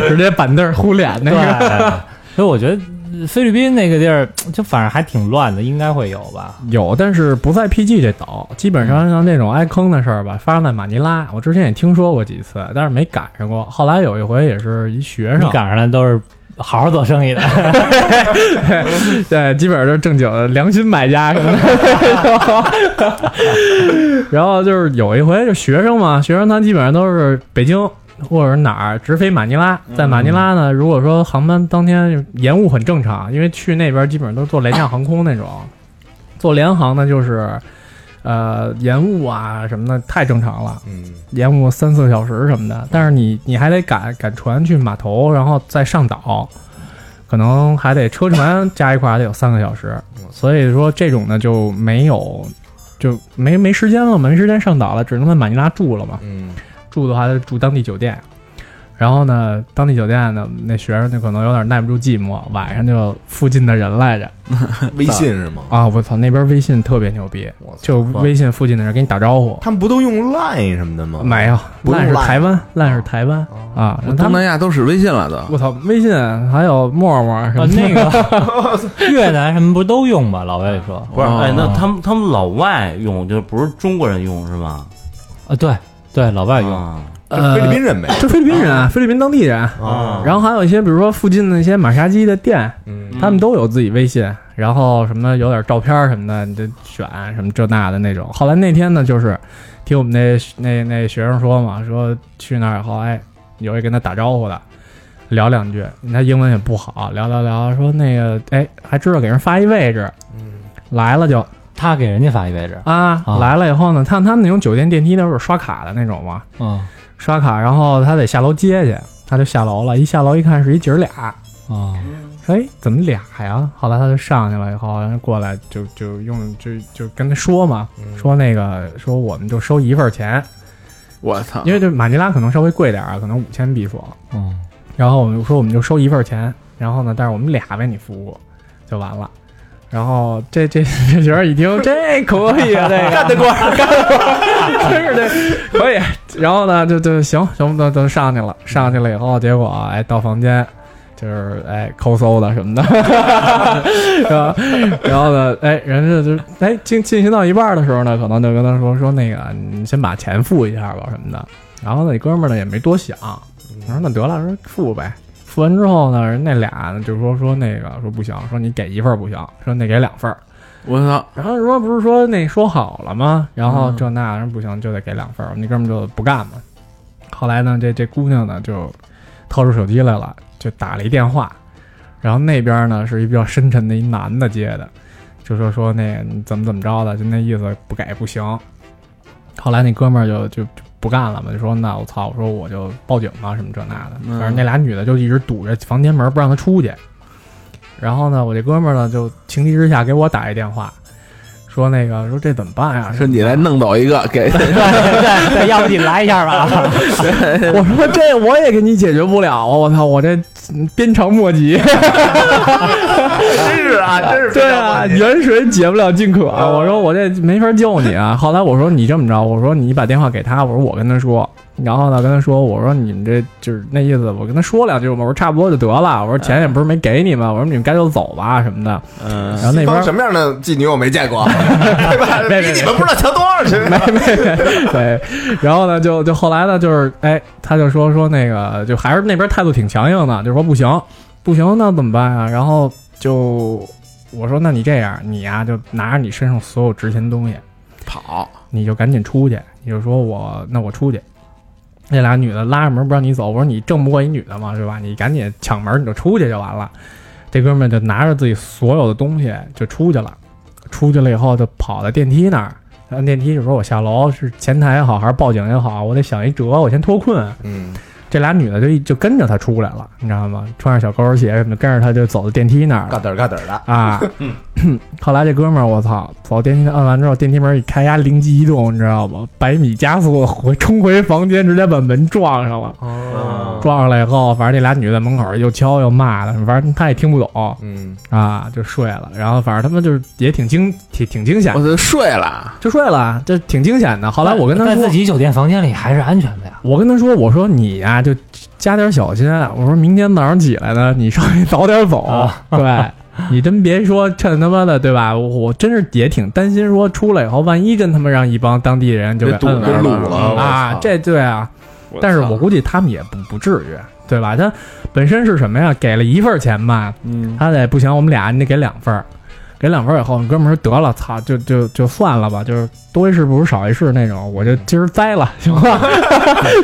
S6: 直接板凳儿呼脸那个，
S2: 所以我觉得菲律宾那个地儿就反正还挺乱的，应该会有吧？
S6: 有，但是不在 PG 这岛，基本上像这种挨坑的事儿吧，发生在马尼拉。我之前也听说过几次，但是没赶上过。后来有一回也是一学
S2: 你
S6: 生，
S2: 赶上的都是好好做生意的，
S6: *laughs* 对，基本上就是正经的良心买家什么的。 *laughs* 然后就是有一回，就学生嘛，学生他基本上都是北京或者是哪儿直飞马尼拉，在马尼拉呢，如果说航班当天延误很正常，因为去那边基本上都是坐廉价航空那种，坐联航呢就是。呃，延误啊什么的太正常了，
S4: 嗯，
S6: 延误三四个小时什么的。但是你你还得赶赶船去码头，然后再上岛，可能还得车船加一块儿还得有三个小时。所以说这种呢就没有就没没时间了嘛，没时间上岛了，只能在马尼拉住了嘛。
S4: 嗯，
S6: 住的话就住当地酒店。然后呢，当地酒店呢，那学生就可能有点耐不住寂寞，晚上就附近的人来着
S4: 微信是吗？
S6: 啊！我操，那边微信特别牛逼，
S4: 我操
S6: 就微信附近的人给你打招呼，
S4: 他们不都用 Line 什么的吗？
S6: 没有，
S4: 不用啊
S6: 烂是
S4: 烂
S6: 台湾，烂是
S2: *laughs*
S6: 台湾啊！那他
S3: *laughs* 东南
S6: 们
S3: 亚都使微信了都。
S6: 我操，微信还有陌陌什
S2: 啊
S6: 么的
S2: 那个 *laughs* 越南什么不都用吗？老魏说，
S5: 不是，
S3: 哦
S5: 哎，那他们他们老外用，就不是中国人用是吧？
S2: 啊，对对，老外用，
S5: 啊，
S4: 这菲律宾人呗。
S6: 就菲律宾人啊，菲律宾当地人，
S4: 啊，
S6: 然后还有一些比如说附近的一些马杀鸡的店，
S4: 嗯
S6: 他们都有自己微信，然后什么有点照片什么的，你就选什么这那的那种。后来那天呢，就是听我们那那那学生说嘛，说去那儿以后，哎，有一跟他打招呼的，聊两句，他英文也不好，聊聊聊，说那个，哎，还知道给人发一位置，
S4: 嗯
S6: 来了就
S2: 他给人家发一位置，
S6: 啊，
S2: 啊
S6: 来了以后呢，他他们那种酒店电梯都是刷卡的那种嘛，
S2: 嗯
S6: 刷卡，然后他得下楼接去，他就下楼了，一下楼一看是一姐儿俩。
S2: 啊，
S6: 哎，怎么俩呀？后来他就上去了，以后然后过来就就用就就跟他说嘛，说那个说我们就收一份钱，
S3: 我操！
S6: 因为这马尼拉可能稍微贵点儿啊，可能五千比索。
S2: 嗯，
S6: 然后我们就说我们就收一份钱，然后呢，但是我们俩为你服务就完了。然后这这这学生一听，这可以啊，这个 *laughs* 干得过，干得 *laughs* 过，真是这可以。然后呢，就就行行，都都上去了，上去了以后，结果哎到房间。就是哎，抠搜的什么的， *laughs* 然后然后呢，哎，人家就哎进进行到一半的时候呢，可能就跟他说说那个，你先把钱付一下吧什么的。然后那哥们儿呢也没多想，我说那得了，说付呗。付完之后呢，人那俩呢就说说那个说不行，说你给一份儿不行，说那给两份儿。
S3: 我操，
S6: 然后人说不是说那说好了吗？然后这那人不行，就得给两份儿。我们那哥们儿就不干嘛。后来呢，这这姑娘呢就掏出手机来了，就打了一电话。然后那边呢是一比较深沉的一男的接的，就说说那个你怎么怎么着的，就那意思不给不行。后来那哥们儿就就就不干了嘛，就说那我操，我说我就报警吧，什么这那的。
S3: 嗯
S6: 反正那俩女的就一直堵着房间门不让他出去。然后呢，我这哥们儿呢就情急之下给我打一电话，说那个说这怎么办呀？
S3: 说你来弄走一个给，
S2: 对对，要不你来一下
S6: *laughs*
S2: 吧？
S6: 我说这我也给你解决不了啊！我操，我这鞭长
S7: *laughs*
S6: 莫及。
S7: 真是啊，真是
S6: 对啊，远水解不了近渴
S7: 嗯
S6: 啊！我说我这没法救你啊！后来我说你这么着，我说你把电话给他，我说我跟他说，然后呢跟他说，我说你们这就是那意思，我跟他说两句嘛，我说差不多就得了，我说钱也不是没给你们，我说你们该走走吧什么的。
S5: 嗯，
S6: 然后那
S7: 西方
S6: 边
S7: 什么样的妓女我没见过，对吧？
S6: 没没
S7: 比你们不知道强多少去。
S6: *laughs* 对，然后呢，就就后来呢，就是哎，他就说说那个，就还是那边态度挺强硬的，就说不行，不行，那怎么办啊？然后就我说，那你这样，你呀、就拿着你身上所有值钱东西跑，你就赶紧出去，你就说我那我出去。那俩女的拉着门不让你走，我说你挣不过一女的嘛，是吧？你赶紧抢门，你就出去就完了。这哥们儿就拿着自己所有的东西就出去了，出去了以后就跑到电梯那儿，按电梯就说我下楼是前台也好还是报警也好，我得想一辙，我先脱困。
S4: 嗯，
S6: 这俩女的就一就跟着他出来了，你知道吗？穿上小高跟鞋什么的，跟着他就走到电梯那儿
S4: 嘎
S6: 了
S4: 噔儿嘎噔儿的，
S6: 啊。后来这哥们儿我操，走电梯按完之后，电梯门一开，丫灵机一动，你知道吗？百米加速回冲回房间，直接把门撞上了。
S4: 哦，
S6: 撞上来以后，反正这俩女的门口又敲又骂的，反正他也听不懂
S4: 嗯，
S6: 啊，就睡了。然后反正他们就是也挺惊挺挺惊险
S3: 我，就睡了，
S6: 就睡了，这挺惊险的。后来我跟他
S2: 在
S6: 说
S2: 自，己酒店房间里还是安全的呀。
S6: 我跟他说，我说你呀、就加点小心。啊我说明天早上起来呢，你稍微早点走。
S2: 啊
S6: 对你真别说，趁他妈的，对吧？我我真是也挺担心，说出来以后，万一真他妈让一帮当地人就给
S3: 给堵
S6: 摁
S3: 给
S6: 了
S3: 堵
S4: 了
S3: 了
S6: 啊，这对啊。但是我估计他们也不不至于，对吧？他本身是什么呀？给了一份钱吧，
S3: 嗯，
S6: 他得不行，我们俩你得给两份儿，给两份儿以后，哥们儿说得了，操，就就就算了吧，就是多一事不如少一事那种，我就今儿栽了，行吧？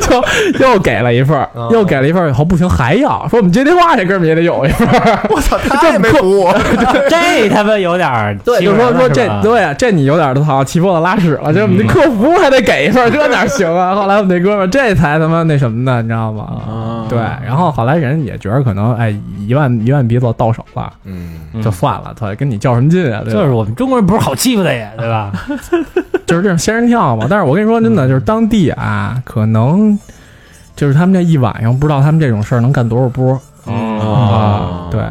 S6: 就又给了一份儿，
S4: 哦
S6: 又给了一份儿以后不行还要，说我们接电话这哥们儿也得有一份儿，
S7: 我操，他也没服我，
S2: *laughs* 这他妈有点儿
S6: 对，
S2: 欺负
S6: 就说
S2: 人了
S6: 说
S2: 是
S6: 这
S2: 吧
S6: 对啊这你有点儿操骑破了拉屎了，这我们那客服还得给一份儿，这哪行啊？后来我们那哥们儿这才他妈那什么呢，你知道吗？
S3: 啊
S6: 对，然后后来人也觉得可能哎一万一万别做到手了，
S4: 嗯，
S5: 嗯
S6: 就算了，操，跟你较什么劲啊？对吧
S2: 就是我们中国人不是好欺负的呀，对吧？
S6: 就是这种仙人跳嘛。但是我跟你说真的，就是当地啊，可能就是他们这一晚上不知道他们这种事儿能干多少波
S3: 嗯哦
S6: 啊。对，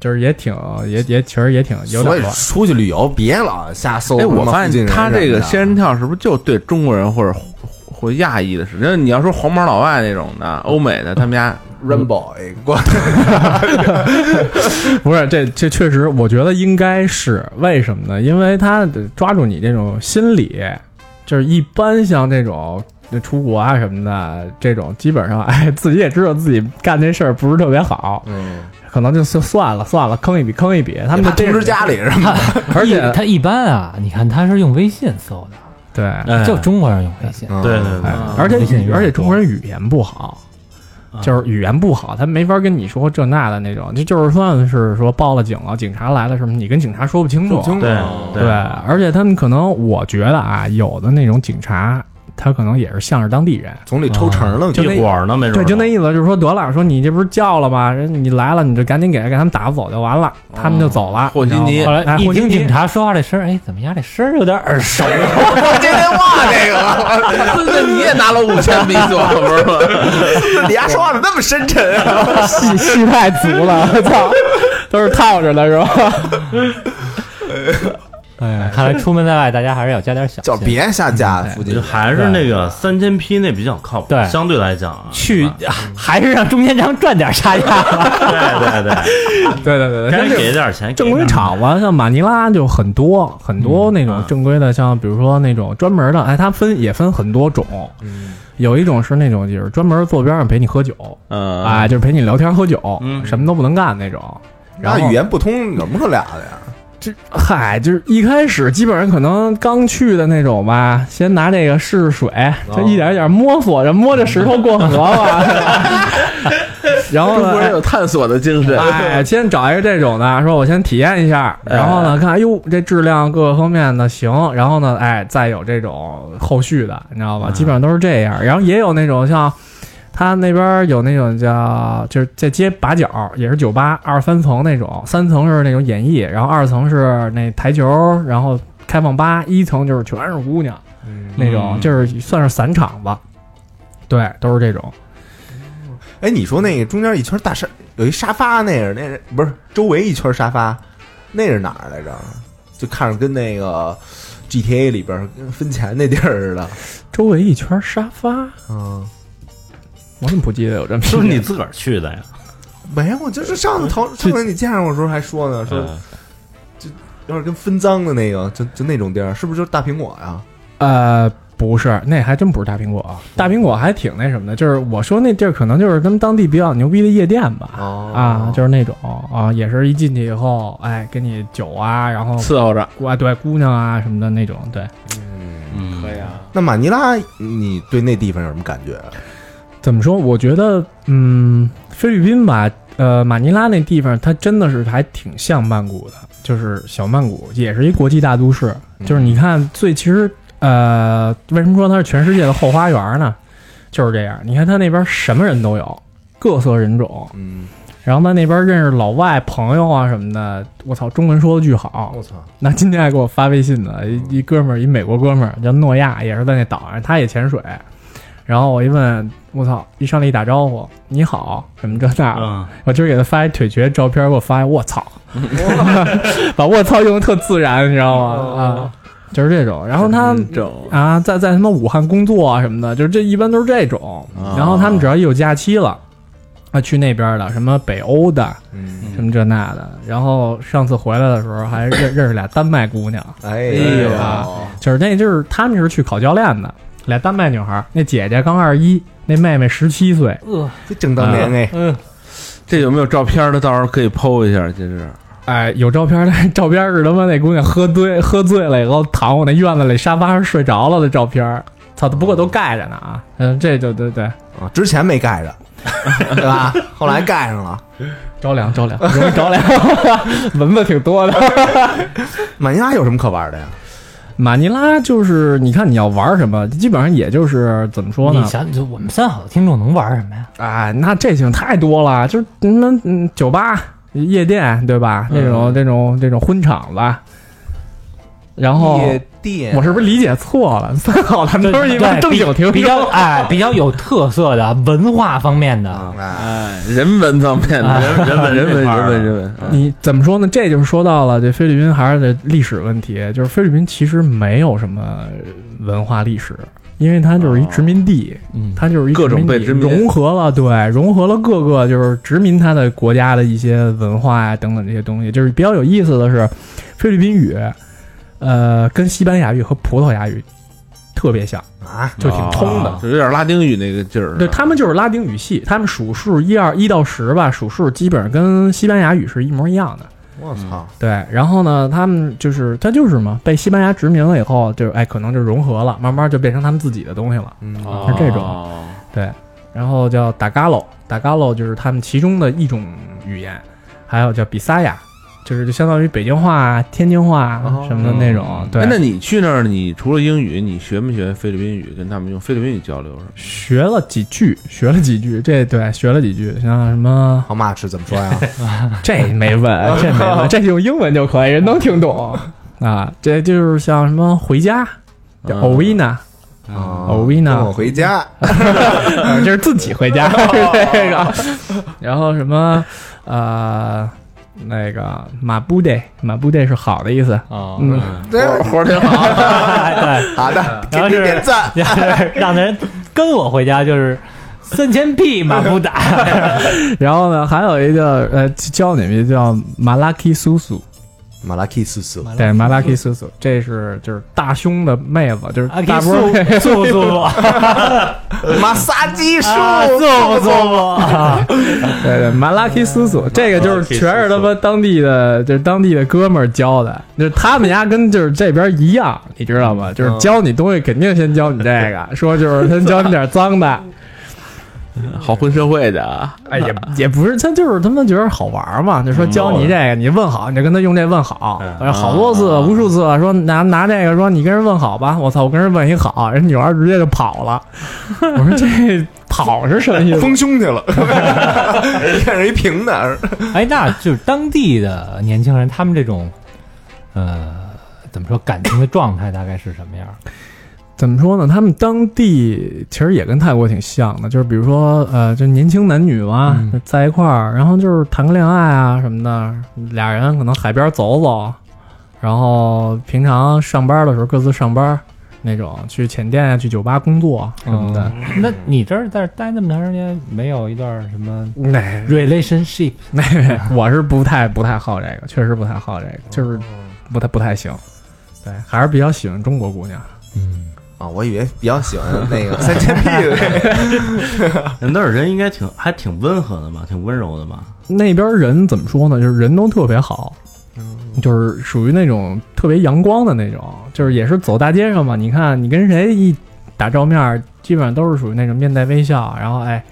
S6: 就是也挺也也其实也挺有
S4: 所
S6: 点
S4: 以
S6: 乱。
S4: 出去旅游别老瞎搜
S3: 哎，
S4: 什么附
S3: 我发现
S4: 近人什么的。
S3: 他这个仙人跳是不是就对中国人或者或或亚裔的事？那你要说黄毛老外那种的，欧美的，他们 *laughs* 家
S4: Rainbow 哎过
S6: 不是这这确实，我觉得应该是为什么呢？因为他抓住你这种心理，就是一般像这种。出国啊什么的，这种基本上，哎，自己也知道自己干这事儿不是特别好，
S4: 嗯，
S6: 可能就就算了算了，坑一笔坑一笔。他们的
S4: 他通知家里是吧？
S6: 哎而且
S2: 一他一般啊，你看他是用微信搜的，
S6: 对，
S5: 哎
S2: 就中国人用微信。
S4: 嗯
S5: 对对对
S6: 哎，
S5: 啊
S6: 而且
S2: 微信
S6: 语
S2: 越来
S6: 而
S2: 越
S6: 且
S2: 多
S6: 中国人语言不好，就是语言不好，他没法跟你说这那的那种，就就是算是说报了警了，警察来了什么，你跟警察说不清楚。
S5: 对
S6: 对，而且他们可能我觉得啊，有的那种警察，他可能也是向着当地人。
S4: 总得抽成了，
S5: 一伙儿呢，没准
S6: 对，
S5: 儿
S6: 就那意思，就是说得了，说你这不是叫了吗？人你来了，你就赶紧给给他们打发走就完了，他们就走了。
S3: 和稀泥
S2: 后来
S6: 哎
S2: 一
S6: 混
S2: 听
S6: 进去
S2: 警察说话这声儿，哎，怎么呀？这声儿有点耳熟。啊
S7: 我接电话这
S3: *laughs*
S7: 个，
S3: 孙子，你也拿了五千比索，不是吗？
S7: 你丫说话怎么那么深沉啊？
S6: 戏戏太足了，我操，都是套着的是吧？
S2: 哎呀，看来出门在外，大家还是要加点小
S4: 叫
S2: 心。
S4: 别下架附近
S5: 就
S4: 人。
S5: 还是那个三千匹那比较靠谱，
S2: 对
S5: 相对来讲啊，
S2: 去，还是让中间商赚点差价
S6: *laughs*
S2: 吧。
S5: 对对对，
S6: *laughs* 对对对 *laughs*
S5: 该给点钱，给
S6: 正规
S5: 点
S6: 厂子，像马尼拉就很多很多那种正规的，像比如说那种专门的，哎，它分也分很多种，有一种是那种就是专门坐边上陪你喝酒，
S3: 嗯
S6: 哎，就是陪你聊天喝酒，
S5: 嗯
S6: 什么都不能干那种。然
S4: 那
S6: 后
S4: 语言不通，怎么可俩的呀？
S6: 这嗨，就是一开始基本上可能刚去的那种吧，先拿这个试试水，就一点一点摸索着摸着石头过河吧。 *laughs* 然后
S3: 中国人
S6: 呢，
S3: 有探索的精神，
S6: *laughs* 哎，先找一个这种的，说我先体验一下，然后呢，看哎呦这质量各个方面的行，然后呢，哎，再有这种后续的，你知道吧？基本上都是这样。然后也有那种像。他那边有那种叫，就是在街把角，也是酒吧，二三层那种，三层是那种演艺，然后二层是那台球，然后开放吧，一层就是全是姑娘，那种就是算是散场吧，对，都是这种。
S4: 哎，你说那个中间一圈大沙，有一沙发，那是那是不是周围一圈沙发，那是哪儿来着？就看着跟那个 GTA 里边跟分钱那地儿似的。
S6: 周围一圈沙发，
S4: 嗯，
S6: 我怎么不记得有这么
S5: 是不是你自个儿去的呀？
S4: 没有，哎就是上次头上回你见着我的时候还说呢，说
S5: 嗯
S4: 有点跟分赃的那个，就就那种地儿，是不是就是大苹果呀？
S6: 呃，不是，那还真不是大苹果，大苹果还挺那什么的。就是我说那地儿可能就是他们当地比较牛逼的夜店吧，
S4: 哦
S6: 啊，就是那种啊，也是一进去以后，哎，给你酒啊，然后
S3: 伺候着。
S6: 啊，对姑娘啊什么的那种，对，
S5: 嗯，可以啊。
S4: 那马尼拉，你对那地方有什么感觉？
S6: 怎么说？我觉得，嗯，菲律宾吧，呃，马尼拉那地方，它真的是还挺像曼谷的，就是小曼谷，也是一国际大都市。
S4: 嗯
S6: 就是你看，最其实，呃，为什么说它是全世界的后花园呢？就是这样，你看它那边什么人都有，各色人种。
S4: 嗯，
S6: 然后在那边认识老外朋友啊什么的，我操，中文说的巨好，
S4: 我操，嗯
S6: 那今天还给我发微信呢，一一哥们儿，一美国哥们儿叫诺亚，也是在那岛上，他也潜水。然后我一问，我操，一上来一打招呼，你好，什么这那的，
S5: 嗯，
S6: 我今儿给他发一腿瘸照片，给我发一
S4: *laughs*
S6: 我操，把我操用的特自然，你知道
S4: 哦
S6: 吗？啊，就是这种。然后他
S3: 整
S6: 啊，在在他妈武汉工作啊什么的，就是这一般都是这种。
S4: 哦
S6: 然后他们只要一有假期了，啊，去那边的什么北欧的，
S4: 嗯，
S6: 什么这那的。然后上次回来的时候还认 *coughs* 认识俩丹麦姑娘，啊
S4: 哎
S3: 呦
S4: 呀，
S6: 就是那就是他们是去考教练的，俩丹麦女孩儿，那姐姐刚二十一，那妹妹十七岁。
S4: 这正当年哎，
S3: 这有没有照片的？到时候可以剖一下，这是
S6: 哎，有照片儿，但是 *laughs* 照片儿是他妈那姑娘喝醉喝醉了以后躺我那院子里沙发上睡着了的照片儿。操，不过都盖着呢啊。嗯，这就对对，
S4: 啊之前没盖着， *laughs* 对吧？后来盖上了。
S6: 着凉着凉，容易着凉， *laughs* 蚊子挺多的。
S4: 马尼拉有什么可玩的呀？
S6: 马尼拉就是，你看你要玩什么，基本上也就是怎么说呢？
S2: 你想，就我们三好的听众能玩什么呀？
S6: 啊，那这就太多了，就是什么嗯酒吧、夜店，对吧？
S2: 嗯
S6: 那种、这种这种婚场子，然后
S4: 夜店，
S6: 我是不是理解错了？ *laughs* 三好咱们都是一
S2: 对
S6: 般正
S2: 比
S6: 经听
S2: 比较哎比较有特色的文化方面的，
S4: 哎
S3: 哎，人文方面的，人人 *laughs* 文人文
S5: 啊
S3: 人文人文。
S6: 你怎么说呢？这就是说到了这菲律宾还是这历史问题，就是菲律宾其实没有什么文化历史，因为它
S2: 哦
S6: 就是一殖民地，
S2: 嗯，
S6: 它就是一
S3: 各种
S6: 殖民地
S3: 被殖民
S6: 融合了，对，融合了各个就是殖民它的国家的一些文化呀、等等这些东西。就是比较有意思的是，菲律宾语，呃，跟西班牙语和葡萄牙语特别像，
S4: 啊，
S6: 就挺通的。
S3: 啊就有点拉丁语那个劲儿。
S6: 对他们就是拉丁语系，他们数数一二一到十吧，数数基本上跟西班牙语是一模一样的。
S4: 我操，
S6: 对，然后呢，他们就是他就是嘛，被西班牙殖民了以后，就是哎，可能就融合了，慢慢就变成他们自己的东西了。
S4: 嗯
S3: 啊
S6: 是这种对，然后叫达嘎喽，达嘎喽就是他们其中的一种语言，还有叫比萨亚，就是就相当于北京话啊、天津话
S4: 哦
S6: 啊什么的那种。对
S3: 哎，，那你去那儿，你除了英语，你学没学菲律宾语？跟他们用菲律宾语交流是吗？
S6: 学了几句，学了几句，这对学了几句，像什么
S4: 好马是怎么说呀？ *laughs*
S6: 这没问，这没问，这用英文就可以，人能听懂啊。这就是像什么回家，叫
S3: 嗯
S6: Ovina。
S4: 啊
S6: 偶遇哦呢
S4: 跟我回家，
S6: 啊，这是自己回家 *laughs* 这个，然后什么呃，那个马布袋，马布袋是好的意思，
S2: 啊
S6: 嗯，
S4: *laughs* 对，
S3: 活儿挺好。
S2: 对，
S4: 好的，给
S2: 然后
S4: 你
S2: 是
S4: 点赞。
S2: 就是 *laughs* 让人跟我回家就是三千匹马不
S6: *laughs*
S2: 打，
S6: 然后呢，还有一个呃，教你们一个叫马拉基苏苏，
S4: 马拉基斯斯，
S6: 对，马拉基斯斯，这是就是大胸的妹子，就是大波
S2: 啊可以速速速 *laughs* 度
S4: 马萨基叔，
S2: 啊做不做不？
S6: 啊，对对，马拉呃基斯索，这个就是全是他妈当地的，就是当地的哥们儿教的，就是他们家跟就是这边一样，你知道吗？就是教你东西肯定先教你这个，说就是先教你点脏的，
S3: 好混社会的啊，
S6: 哎也也不是，他就是他妈觉得好玩嘛，就说教你这个，你问好，你就跟他用这问好，
S5: 嗯
S6: 好多次无数次了，说拿拿这个说你跟人问好吧，我操，我跟人问一好，人女孩直接就跑了， *laughs* 我说这跑是什么意思？
S4: 丰胸去了， *laughs* 看着一平的，
S2: 哎，那就是当地的年轻人，他们这种，呃，怎么说感情的状态大概是什么样？
S6: 怎么说呢？他们当地其实也跟泰国挺像的，就是比如说，呃，就年轻男女嘛，
S2: 嗯
S6: 在一块儿，然后就是谈个恋爱啊什么的，俩人可能海边走走，然后平常上班的时候各自上班那种，去浅店啊，去酒吧工作什么的。
S2: 嗯那你这儿在这儿待那么长时间，没有一段什么
S6: 那
S2: *laughs* relationship
S6: 那个我是不太不太好这个，确实不太好这个，就是不太不太行。对，还是比较喜欢中国姑娘。
S4: 啊，我以为比较喜欢那个三千 P 的，
S5: 那儿人应该挺还挺温和的嘛，挺温柔的嘛。
S6: 那边人怎么说呢？就是人都特别好，
S2: 嗯
S6: 就是属于那种特别阳光的那种，就是也是走大街上嘛。你看你跟谁一打照面儿，基本上都是属于那种面带微笑，然后哎，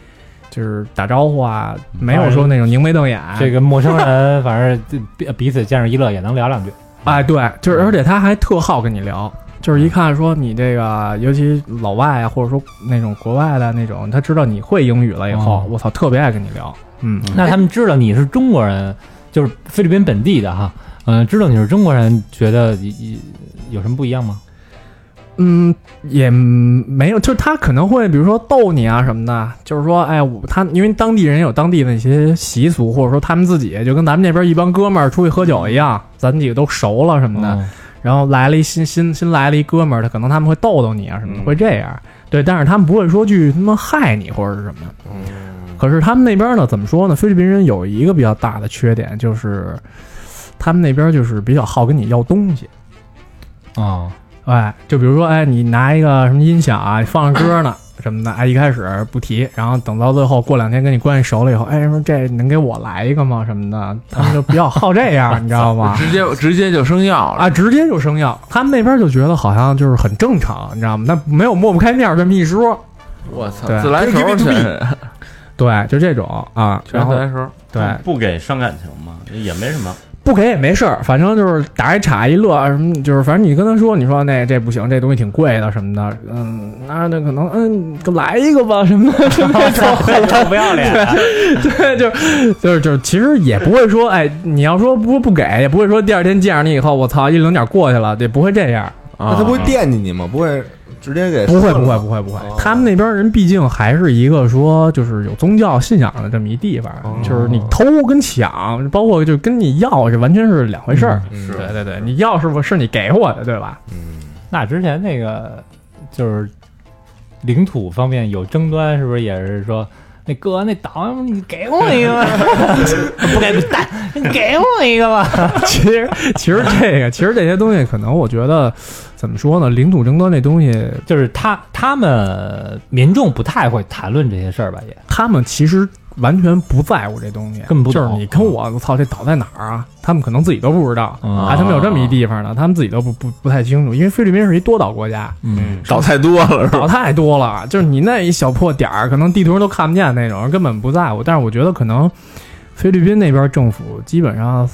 S6: 就是打招呼啊，没有说那种凝眉瞪眼。
S2: 嗯哎这个陌生人，反正彼彼此见着一乐也能聊两句。
S6: 哎，对，就是
S2: 嗯
S6: 而且他还特好跟你聊。就是一看说你这个，尤其老外啊，或者说那种国外的那种，他知道你会英语了以后
S2: 哦，
S6: 我操，特别爱跟你聊。嗯，
S2: 那他们知道你是中国人，就是菲律宾本地的哈，嗯、知道你是中国人，觉得一一有什么不一样吗？
S6: 嗯，也没有，就是他可能会比如说逗你啊什么的，就是说，哎，我他因为当地人有当地的一些习俗，或者说他们自己就跟咱们这边一帮哥们儿出去喝酒一样，咱几个都熟了什么的，
S2: 哦
S6: 然后来了一新新新来了一哥们儿，他可能他们会逗逗你啊什么的，
S5: 嗯
S6: 会这样，对，但是他们不会说去他妈害你或者是什么的。可是他们那边呢，怎么说呢？菲律宾人有一个比较大的缺点，就是他们那边就是比较好跟你要东西。
S2: 哦，
S6: 哎，就比如说，哎，你拿一个什么音响啊，放着歌呢什么的，哎，一开始不提，然后等到最后过两天跟你关系熟了以后，哎，说这能给我来一个吗？什么的，他们就比较好这样，你知道吗？ *laughs*
S3: 直接直接就生药了，
S6: 啊，直接就生药，他们那边就觉得好像就是很正常，你知道吗？那没有抹不开面儿这么一说，
S3: *laughs* 我操
S6: 对
S3: 自来熟全是
S6: 对，就这种啊，
S3: 全
S6: 然
S3: 是自
S6: 后
S3: 来熟，
S6: 对，
S5: 哎不给伤感情嘛，也没什么。
S6: 不给也没事儿，反正就是打一岔一乐什么，就是反正你跟他说，你说那这不行，这东西挺贵的什么的，嗯，那那可能嗯来一个吧什么的，就那种不要脸，对，就是就是就是，其实也不会说，哎，你要说不不给，也不会说第二天见着你以后，我操，一零点过去了，对，不会这样，
S4: 那他不
S3: 啊
S4: 会惦记你吗？不会直接给
S6: 不会
S4: *laughs* 说了
S6: 不会不会不会
S4: 哦，
S6: 他们那边人毕竟还是一个说就是有宗教信仰的这么一地方，
S4: 哦
S6: 就是你偷跟抢，包括就跟你要，这完全是两回事儿。
S4: 嗯
S6: 对对对，你要是不是你给我的，对吧？
S2: 那之前那个就是领土方面有争端，是不是也是说？那哥，那岛，你给我一个吧，不给不蛋，你给我一个吧。
S6: *laughs* 其实其实这个其实这些东西，可能我觉得怎么说呢？领土争端这东西，
S2: 就是他他们民众不太会谈论这些事儿吧？也
S6: 他们其实完全不在乎这东西，
S2: 根本不
S6: 就是
S2: 懂
S6: 你跟我，我操，这岛在哪儿啊？他们可能自己都不知道，
S2: 啊
S6: 还他们有这么一地方呢，他们自己都不不不太清楚，因为菲律宾是一多岛国家，
S2: 嗯，
S3: 搞太多了是吧？
S6: 岛太多了，就是你那一小破点儿，可能地图上都看不见那种，根本不在乎。但是我觉得可能菲律宾那边政府基本上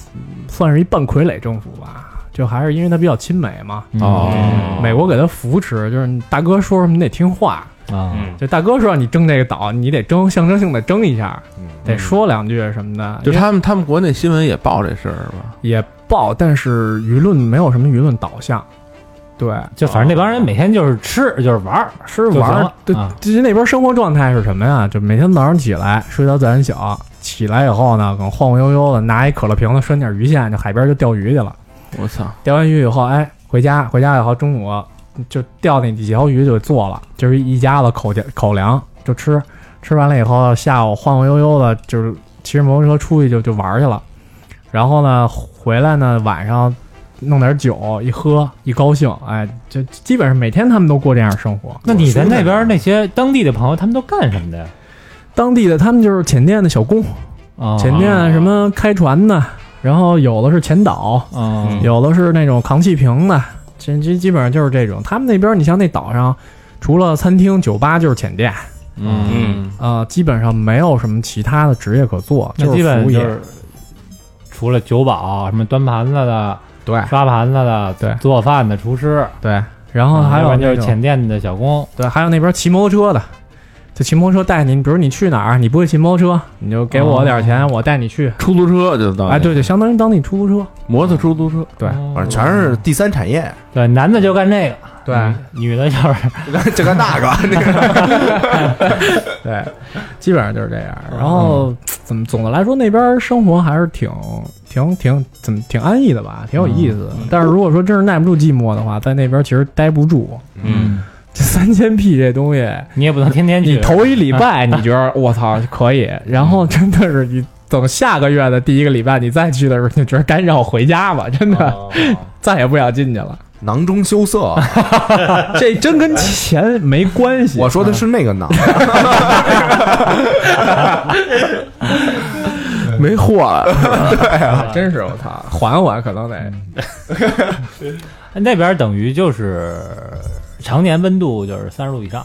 S6: 算是一半傀儡政府吧，就还是因为它比较亲美嘛，嗯
S3: 哦
S6: 美国给他扶持，就是你大哥说什么你得听话，
S2: 啊，
S6: 就大哥说让你争这个岛，你得争，象征性的争一下，
S4: 嗯
S6: 得说两句什么的，
S3: 就
S6: 因为
S3: 他们他们国内新闻也报这事儿是吧？
S6: 也爆，但是舆论没有什么舆论导向，对。
S2: 就反正那
S6: 啊
S2: 帮人每天就是吃，就是玩儿，
S6: 吃
S2: 就
S6: 玩
S2: 行
S6: 儿
S2: 了，
S6: 对
S2: 啊，
S6: 就是那边生活状态是什么呀？就每天早上起来睡到自然醒，起来以后呢，可能晃晃悠悠的，拿一可乐瓶子拴点鱼线，就海边就钓鱼去了。
S3: 我操，
S6: 钓完鱼以后，哎，回家，回家以后中午就钓那几条鱼就做了，就是一家子口口粮就吃，吃完了以后下午晃晃悠悠的，就是骑着摩托车出去就就玩去了。然后呢回来呢晚上弄点酒一喝一高兴，哎，就基本上每天他们都过这样生活。
S2: 那你在那边那些当地的朋友，他们都干什么的呀？
S6: 当地的他们就是潜店的小工，
S2: 啊，
S6: 潜店什么开船的，然后有的是潜导，
S2: 啊，
S6: 有的是那种扛气瓶的，这这基本上就是这种。他们那边你像那岛上，除了餐厅、酒吧就是潜店，
S5: 嗯，
S6: 呃，基本上没有什么其他的职业可做，
S2: 那
S6: 就
S2: 基
S6: 是服
S2: 本
S6: 务
S2: 就
S6: 业。
S2: 是除了酒保、什么端盘子的、
S6: 对
S2: 刷盘子的、
S6: 对
S2: 做饭的厨师，啊
S6: 对，然后还
S2: 要不
S6: 有
S2: 然就
S6: 那
S2: 是
S6: 种
S2: 浅店的小工，
S6: 对，还有那边骑摩托车的，就骑摩托车带你，比如你去哪儿，你不会骑摩托车，你就给我
S2: 哦
S6: 点钱，我带你去。
S3: 出租车就到，
S6: 哎，对，就相当于当地出租车。
S3: 摩托出租车，
S6: 对
S2: 哦
S4: 反正全是第三产业，
S2: 对男的就干这个，嗯
S6: 对
S2: 女的就是
S4: 就干那个。那个
S6: 对， *laughs* 基本上就是这样。然后
S2: 嗯
S6: 怎么总的来说，那边生活还是挺挺挺怎么挺安逸的吧，挺有意思的。但是如果说真是耐不住寂寞的话，在那边其实待不住。
S5: 嗯，
S6: 这三千 P 这东西，
S2: 你也不能天天
S6: 你
S2: 去。
S6: 头一礼 *laughs* 拜你觉得我操可以，然后真的是你等下个月的第一个礼拜你再去的时候，你就觉得该让我回家吧，真的
S2: 哦
S6: *laughs* 再也不想进去了。
S4: *laughs* 囊中羞涩，
S6: 这真跟钱没关系。
S4: 我说的是那个囊，
S3: 没货了，
S6: 真是我操，缓缓可能得
S2: 那边等于就是常年温度就是三十度以上，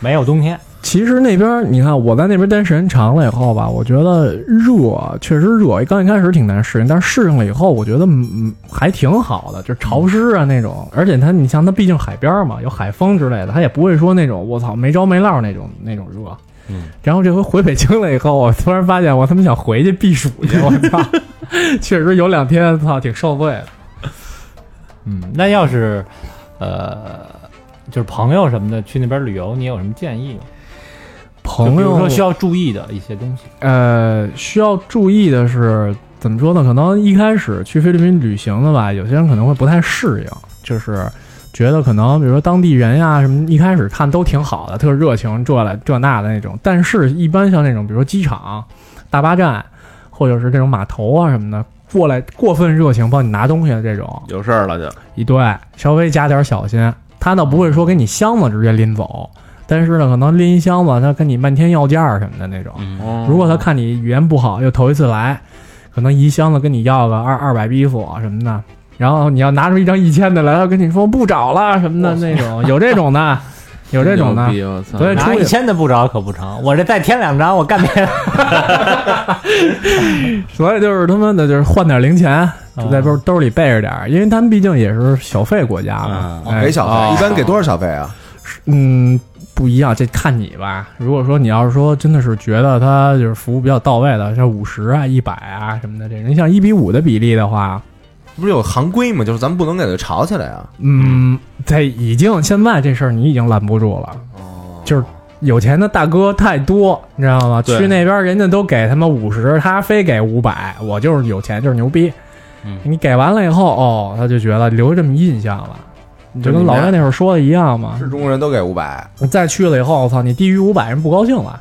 S2: 没有冬天。
S6: 其实那边儿你看，我在那边待时间长了以后吧，我觉得热确实热，刚一开始挺难适应，但是适应了以后，我觉得嗯还挺好的，就是潮湿啊那种。而且它，你像它毕竟海边儿嘛，有海风之类的，它也不会说那种我操没着没落那种那种热。
S5: 嗯。
S6: 然后这回回北京了以后，我突然发现我他妈想回去避暑去，我操，确实有两天操挺受罪的。
S2: 嗯，那要是呃，就是朋友什么的去那边旅游，你有什么建议吗？就
S6: 朋
S2: 比如
S6: 友
S2: 说需要注意的一些东西。
S6: 呃，需要注意的是，怎么说呢？可能一开始去菲律宾旅行的吧，有些人可能会不太适应，就是觉得可能比如说当地人呀什么，一开始看都挺好的，特热情，这来这那的那种。但是，一般像那种比如说机场、大巴站，或者是这种码头啊什么的，过来过分热情帮你拿东西的这种，
S3: 有事儿了就，
S6: 一对稍微加点小心，他倒不会说给你箱子直接拎走，但是呢，可能拎一箱子，他跟你漫天要价什么的那种。
S5: 嗯
S3: 哦
S6: 如果他看你语言不好，又头一次来，可能一箱子跟你要个二二百比索什么的，然后你要拿出一张一千的来，他跟你说不找了什么的那种，有这
S3: *laughs*
S6: 种的，有这种的
S3: 牛。逼，我操，
S6: 所以
S2: 拿
S6: 出
S2: 一
S6: 去，
S2: 千的不着可不成，我这再添两张，我干别的。
S6: 所以就是他妈的，就是换点零钱，
S3: 嗯
S6: 就在兜兜里备着点儿，因为他们毕竟也是小费国家嘛
S5: 啊，
S3: 嗯
S6: 哎
S4: 给小费，一般给多少小费啊？
S6: 嗯，不一样，这看你吧。如果说你要是说真的是觉得他就是服务比较到位的，像五十啊、一百啊什么的这种，你像一比五的比例的话，
S4: 不是有行规吗？就是咱们不能给他吵起来啊。
S6: 嗯，在已经现在这事儿你已经拦不住了，就是有钱的大哥太多，你知道吗？
S3: 对
S6: 去那边人家都给他妈五十，他非给五百，我就是有钱，就是牛逼。
S5: 嗯
S6: 你给完了以后，哦，他就觉得留这么印象了，你就跟老外那会儿说的一样嘛。
S4: 是中国人都给五百，
S6: 再去了以后，我操，你低于五百人不高兴了，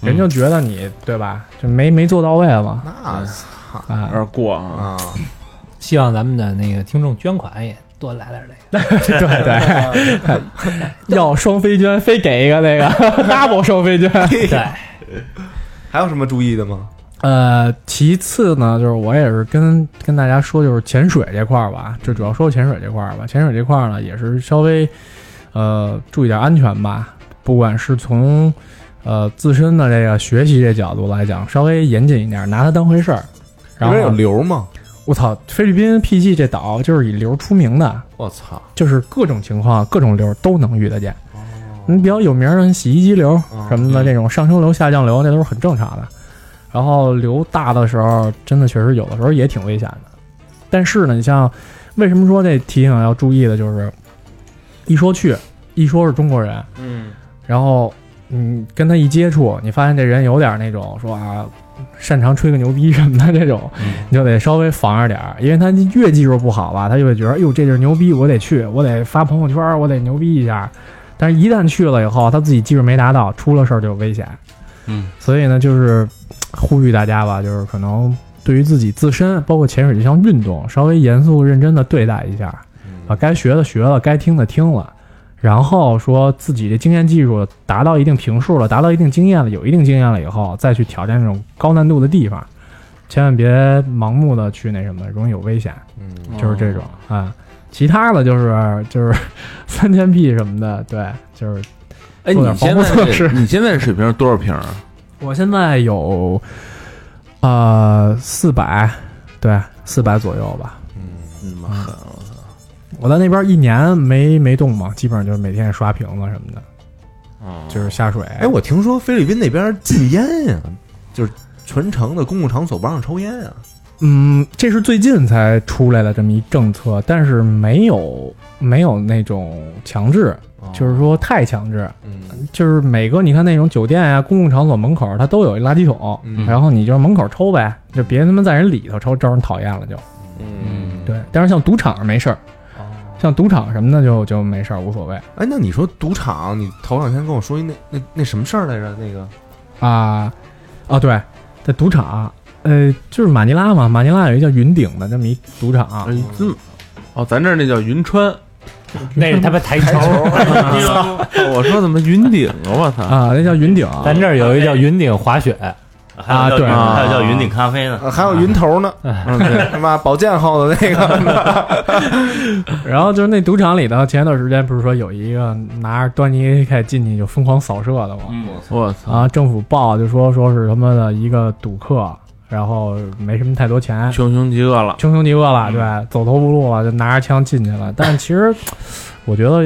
S6: 人就觉得你对吧？就没没做到位
S4: *laughs*
S6: 嘛。
S4: 那
S6: 啊
S3: 有，点过啊，
S4: 啊，
S2: *laughs* 希望咱们的那个听众捐款也多来点这个。
S6: 对对，要双飞娟，非给一个 *laughs* 那个 double 双飞娟。
S2: 对，
S4: *laughs* 还有什么注意的吗？
S6: 呃，其次呢，就是我也是跟跟大家说，就是潜水这块儿吧，就主要说潜水这块儿吧。潜水这块儿呢，也是稍微呃注意点安全吧，不管是从呃自身的这个学习这角度来讲，稍微严谨一点，拿它当回事儿。
S4: 那
S6: 然
S4: 边有
S6: 后
S4: 流吗？
S6: 我操，菲律宾 PG 这岛就是以流出名的，
S4: 我操，
S6: 就是各种情况、各种流都能遇得见。你比较有名的洗衣机流什么的，这种上升流、下降流，那都是很正常的。然后流大的时候，真的确实有的时候也挺危险的。但是呢，你像为什么说这提醒要注意的，就是一说去，一说是中国人，
S4: 嗯，
S6: 然后你跟他一接触，你发现这人有点那种说啊，擅长吹个牛逼什么的这种，你就得稍微防着点儿，因为他越技术不好吧，他就会觉得哟这地儿牛逼，我得去，我得发朋友圈儿，我得牛逼一下。但是，一旦去了以后，他自己技术没达到，出了事儿就有危险。
S5: 嗯，
S6: 所以呢，就是呼吁大家吧，就是可能对于自己自身，包括潜水这项运动，稍微严肃认真的对待一下，把该学的学了，该听的听了，然后说自己的经验技术达到一定评数了，达到一定经验了，有一定经验了以后，再去挑战这种高难度的地方，千万别盲目的去那什么，容易有危险。
S4: 嗯
S6: 就是这种啊。其他的就是就是 *laughs* 三千 P 什么的，对，就是 *laughs*
S3: 哎，
S6: 做点
S3: 你
S6: 防
S3: 现
S6: 护
S3: 在
S6: 措
S3: 是
S6: 施。嗯
S3: 你现在水平是多少瓶啊？
S6: 我现在有呃四百，对，四百左右吧。
S3: 嗯，妈狠！
S6: 我在那边一年没没动嘛，基本上就是每天刷瓶子什么的，
S3: 啊
S6: 就是下水。
S4: 哎，我听说菲律宾那边禁烟呀、就是全城的公共场所不让抽烟啊。
S6: 嗯，这是最近才出来的这么一政策，但是没有没有那种强制，就是说太强制，
S4: 嗯，
S6: 就是每个你看那种酒店呀、公共场所门口，它都有一垃圾桶，
S4: 嗯
S6: 然后你就门口抽呗，就别他妈在人里头抽，招人讨厌了就。
S4: 嗯，
S6: 对，但是像赌场没事儿，像赌场什么的就就没事儿，无所谓
S4: 哎，那你说赌场，你头两天跟我说一那那那什么事儿来着？那个
S6: 啊。啊，对，在赌场，呃，就是马尼拉嘛，马尼拉有一个叫云顶的这么一赌场，
S3: 哎，这么哦，咱这儿那叫云川。
S2: 那是他妈台球，
S5: 啊 *laughs*
S3: 哦 *laughs* 我说怎么云顶啊？我操！
S6: 啊，那叫云顶，
S2: 咱这儿有一个叫云顶滑雪，
S5: 还有
S6: 啊
S5: 叫
S6: 对
S5: 云
S3: 啊
S5: 还有叫云顶咖啡呢，
S4: 呃还有云头呢，
S6: 哎
S3: 嗯，对，
S4: 他妈宝剑号的那
S6: *laughs*
S4: 个，
S6: 然后就是那赌场里头，前一段时间不是说有一个拿着端倪 AK 进去就疯狂扫射的吗？
S3: 我操！
S6: 啊，政府报就说说是他妈的一个赌客，然后没什么太多钱，
S3: 穷凶极恶了。
S6: 穷凶极恶
S4: 嗯
S6: 了，对，走投无路了，就拿着枪进去
S4: *laughs*
S6: 了。但其实我觉得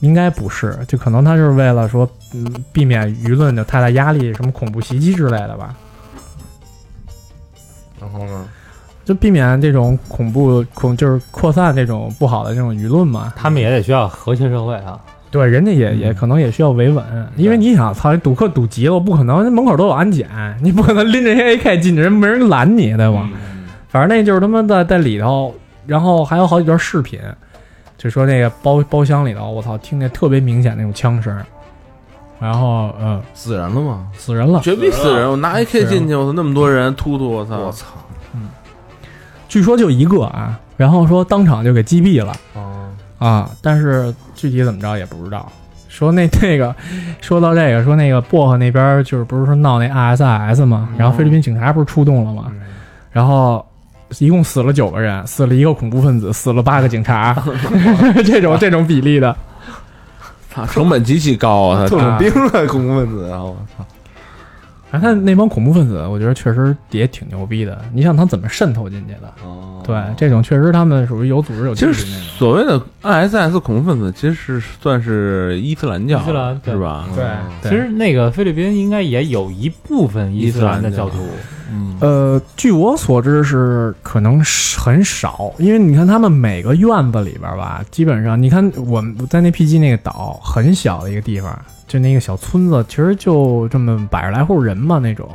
S6: 应该不是，就可能他是为了说，嗯，避免舆论的太大压力，什么恐怖袭击之类的吧，
S4: 然后呢？
S6: 就避免这种恐怖恐就是扩散这种不好的这种舆论嘛。
S4: 嗯
S2: 他们也得需要和谐社会啊。
S6: 对，人家也也可能也需要维稳，因为你想，操，赌客赌急了，我不可能门口都有安检，你不可能拎着些 AK 进去，人没人拦你，对吧？反正那就是他妈在在里头，然后还有好几段视频，就说那个包包厢里头，我操，听见特别明显那种枪声，然后嗯，
S4: 死人了吗？
S6: 死人了。
S3: 绝逼死人！我拿 AK 进去，我操，那么多人突突，我操！
S4: 我操！
S6: 据说就一个啊，然后说当场就给击毙了
S3: 哦
S4: 啊，
S6: 啊，但是具体怎么着也不知道。说那那个，说到这个，说那个薄荷那边就是不是说闹那 RSIS 吗？
S3: 嗯
S6: 然后菲律宾警察不是出动了吗？然后一共死了九个人，死了一个恐怖分子，死了八个警察，
S3: *laughs*
S6: 这种这种比例的。
S3: 操，成本极其高啊！
S4: 特
S3: 操
S4: 种兵啊，恐怖分子啊！我操！
S6: 然后他那帮恐怖分子，我觉得确实也挺牛逼的。你想他怎么渗透进去的？
S4: 哦
S6: 对，这种确实他们属于有组织有
S3: 其
S6: 纪律
S3: 实
S6: 那种。
S3: 所谓的 ISIS 恐怖分子，其实是算是伊斯兰教，啊
S2: 伊斯兰对
S3: 嗯是吧？
S6: 对，
S2: 其实那个菲律宾应该也有一部分伊斯兰的教徒，
S3: 嗯，
S6: 呃，据我所知是可能是很少，因为你看他们每个院子里边吧，基本上你看我们呃在那 PG 那个岛很小的一个地方，就那个小村子，其实就这么百十来户人嘛那种，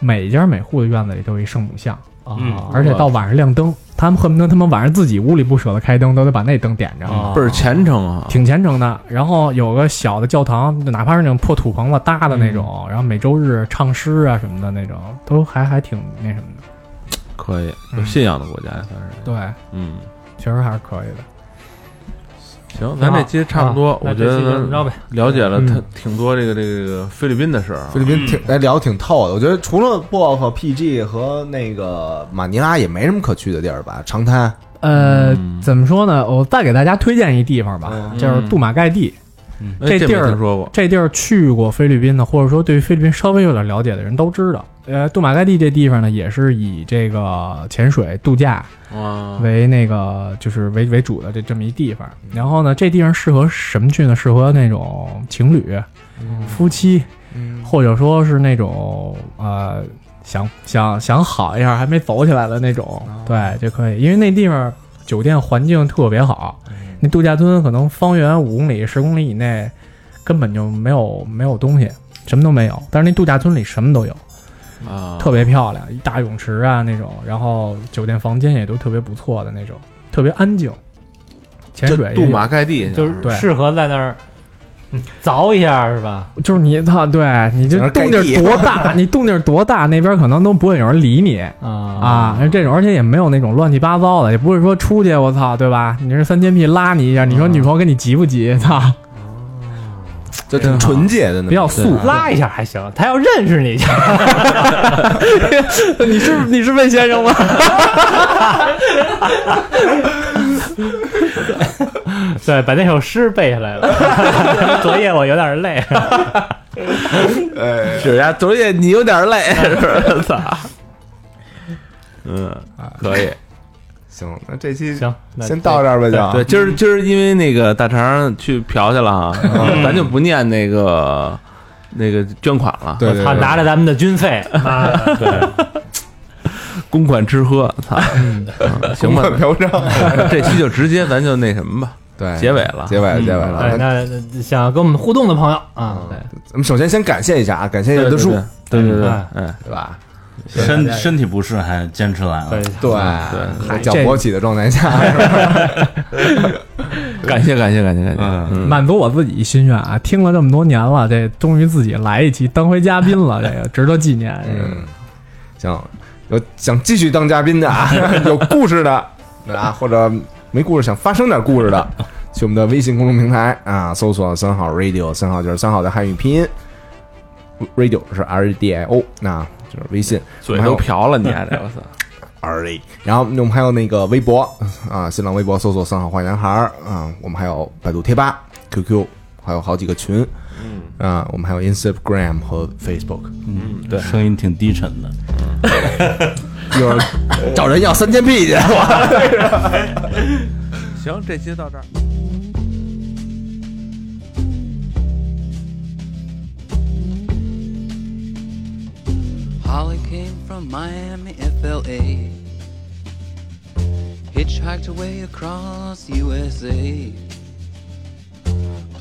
S6: 每家每户的院子里都有一圣母像，
S2: 啊
S6: 而且到晚上亮灯，他们恨不得他们晚上自己屋里不舍得开灯，都得把那灯点着。
S2: 啊
S3: 倍儿虔诚啊！
S6: 挺虔诚的，然后有个小的教堂，哪怕是那种破土棚子搭的那种，然后每周日唱诗啊什么的那种，都还还挺那什么的。
S3: 可以，
S6: 嗯
S3: 有信仰的国家也算是。
S6: 对，
S3: 嗯，
S6: 确实还是可以的。
S3: 行，咱这期差不多，我觉
S2: 啊那这期就这么着
S3: 得
S2: 呗
S3: 了解了
S6: 嗯
S3: 他挺多这个这个菲律宾的事儿啊
S4: 菲。律宾挺哎聊得挺透的，我觉得除了 b 和 PG 和那个马尼拉也没什么可去的地儿吧？长滩，
S6: 呃，
S3: 嗯
S6: 怎么说呢？我再给大家推荐一地方吧，
S4: 嗯
S6: 就是杜马盖地。
S3: 哎
S6: 这
S3: 这
S6: 地儿
S3: 没听说过，
S6: 这地儿去过菲律宾的，或者说对于菲律宾稍微有点了解的人都知道。呃，杜马盖地这地方呢，也是以这个潜水度假
S3: 哇，
S6: 为那个就是为为主的这这么一地方。然后呢，这地方适合什么去呢？适合那种情侣、夫妻，或者说是那种呃想想想好一下还没走起来的那种，对就可以。因为那地方酒店环境特别好，那度假村可能方圆五公里、十公里以内根本就没有没有东西，什么都没有。但是那度假村里什么都有。
S3: 啊，
S6: 特别漂亮，一大泳池啊那种，然后酒店房间也都特别不错的那种，特别安静。潜
S3: 这
S6: 水也
S3: 杜
S6: 有
S3: 马盖地，
S2: 就
S6: 对
S2: 是适合在那儿
S8: 嗯凿一下是吧？
S6: 就是你操，对，你这动静儿多
S3: *laughs*
S6: 大，你动静儿多大，那边可能都不会有人理你啊。这种，而且也没有那种乱七八糟的，也不会说出去我操，对吧？你是三千 P 拉你一下，你说女朋友跟你急不急？操，
S3: 嗯
S4: 就挺纯洁的那种，
S6: 比较素
S8: 拉一下还行，他要认识你，
S6: *laughs* 你是你是问先生吗？
S8: 对，把那首诗背下来了。 *laughs* 昨夜我有点累，
S4: 哎，
S3: 是呀，昨夜你有点累，是不是？操，嗯，可以。
S4: 行，那这期
S8: 行，那
S4: 先到这儿吧，就啊
S3: 对，今儿今儿因为那个大肠去嫖去了啊，咱就不念那个那个捐款了，
S4: 对对
S8: 他拿着咱们的军费，啊妈的对，
S3: 公款吃喝，操，嗯行
S4: *laughs*
S3: 吧，
S4: 嫖娼，
S3: *laughs* 这期就直接咱就那什么吧，
S4: 对，
S3: 结尾了
S4: 哎结尾，结尾
S8: 哎
S4: 了。那
S8: 那那想跟我们互动的朋友
S4: 嗯
S8: 啊，对，
S4: 咱们首先先感谢一下啊，感谢叶德树，
S3: 对对对，
S8: 哎
S3: 嗯，
S4: 对吧？
S5: 身身体不适还坚持来了
S8: 对，
S4: 对
S3: 对
S4: 在脚勃起的状态 *laughs* 下，
S3: 感谢感谢感谢感谢，
S5: 嗯，
S6: 满足我自己心愿啊！听了这么多年了，这终于自己来一期当回嘉宾了，这个值得纪念。这个
S4: 嗯，行，有想继续当嘉宾的啊， *laughs* 有故事的啊，或者没故事想发生点故事的，去我们的微信公众平台啊，搜索“三好 radio”，三好就是三好的汉语拼音，radio 是 R A D I O，那就是微信。
S3: 嘴都瓢了，你还嗯得我操，
S4: 而已。然后我们还有那个微博啊，新浪微博搜索“三好坏男孩”儿”啊，我们还有百度贴吧、QQ，还有好几个群，嗯啊，我们还有 Instagram 和 Facebook。
S5: 对，声音挺低沉的，
S4: 一会儿找人要三千 P 去。
S3: 行，这期就到这儿。
S2: Holly came from Miami, FLA. Hitchhiked her way across USA.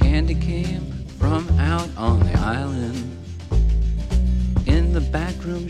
S2: Candy came from out on the island. In the back room,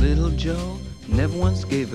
S2: Little Joe never once gave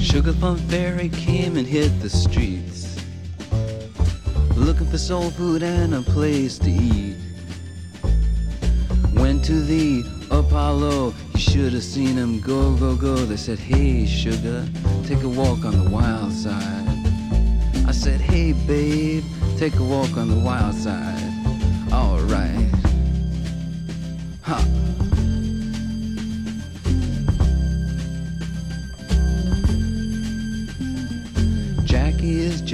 S2: Sugar Plum Fairy came and hit the streets. Looking for soul food and a place to eat. Went to the Apollo, you should have seen him go, go, go. They said, Hey, Sugar, take a walk on the wild side. I said, Hey, babe, take a walk on the wild side. Alright. Ha. Jackie is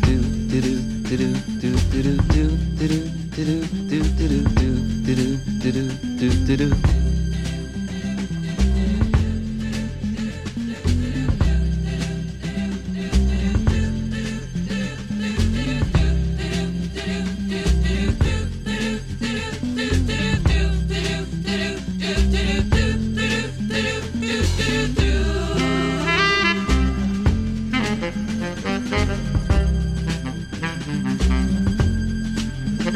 S2: do do do do
S9: do do do do do do do do do do do do do do do do do.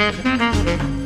S10: Thank you.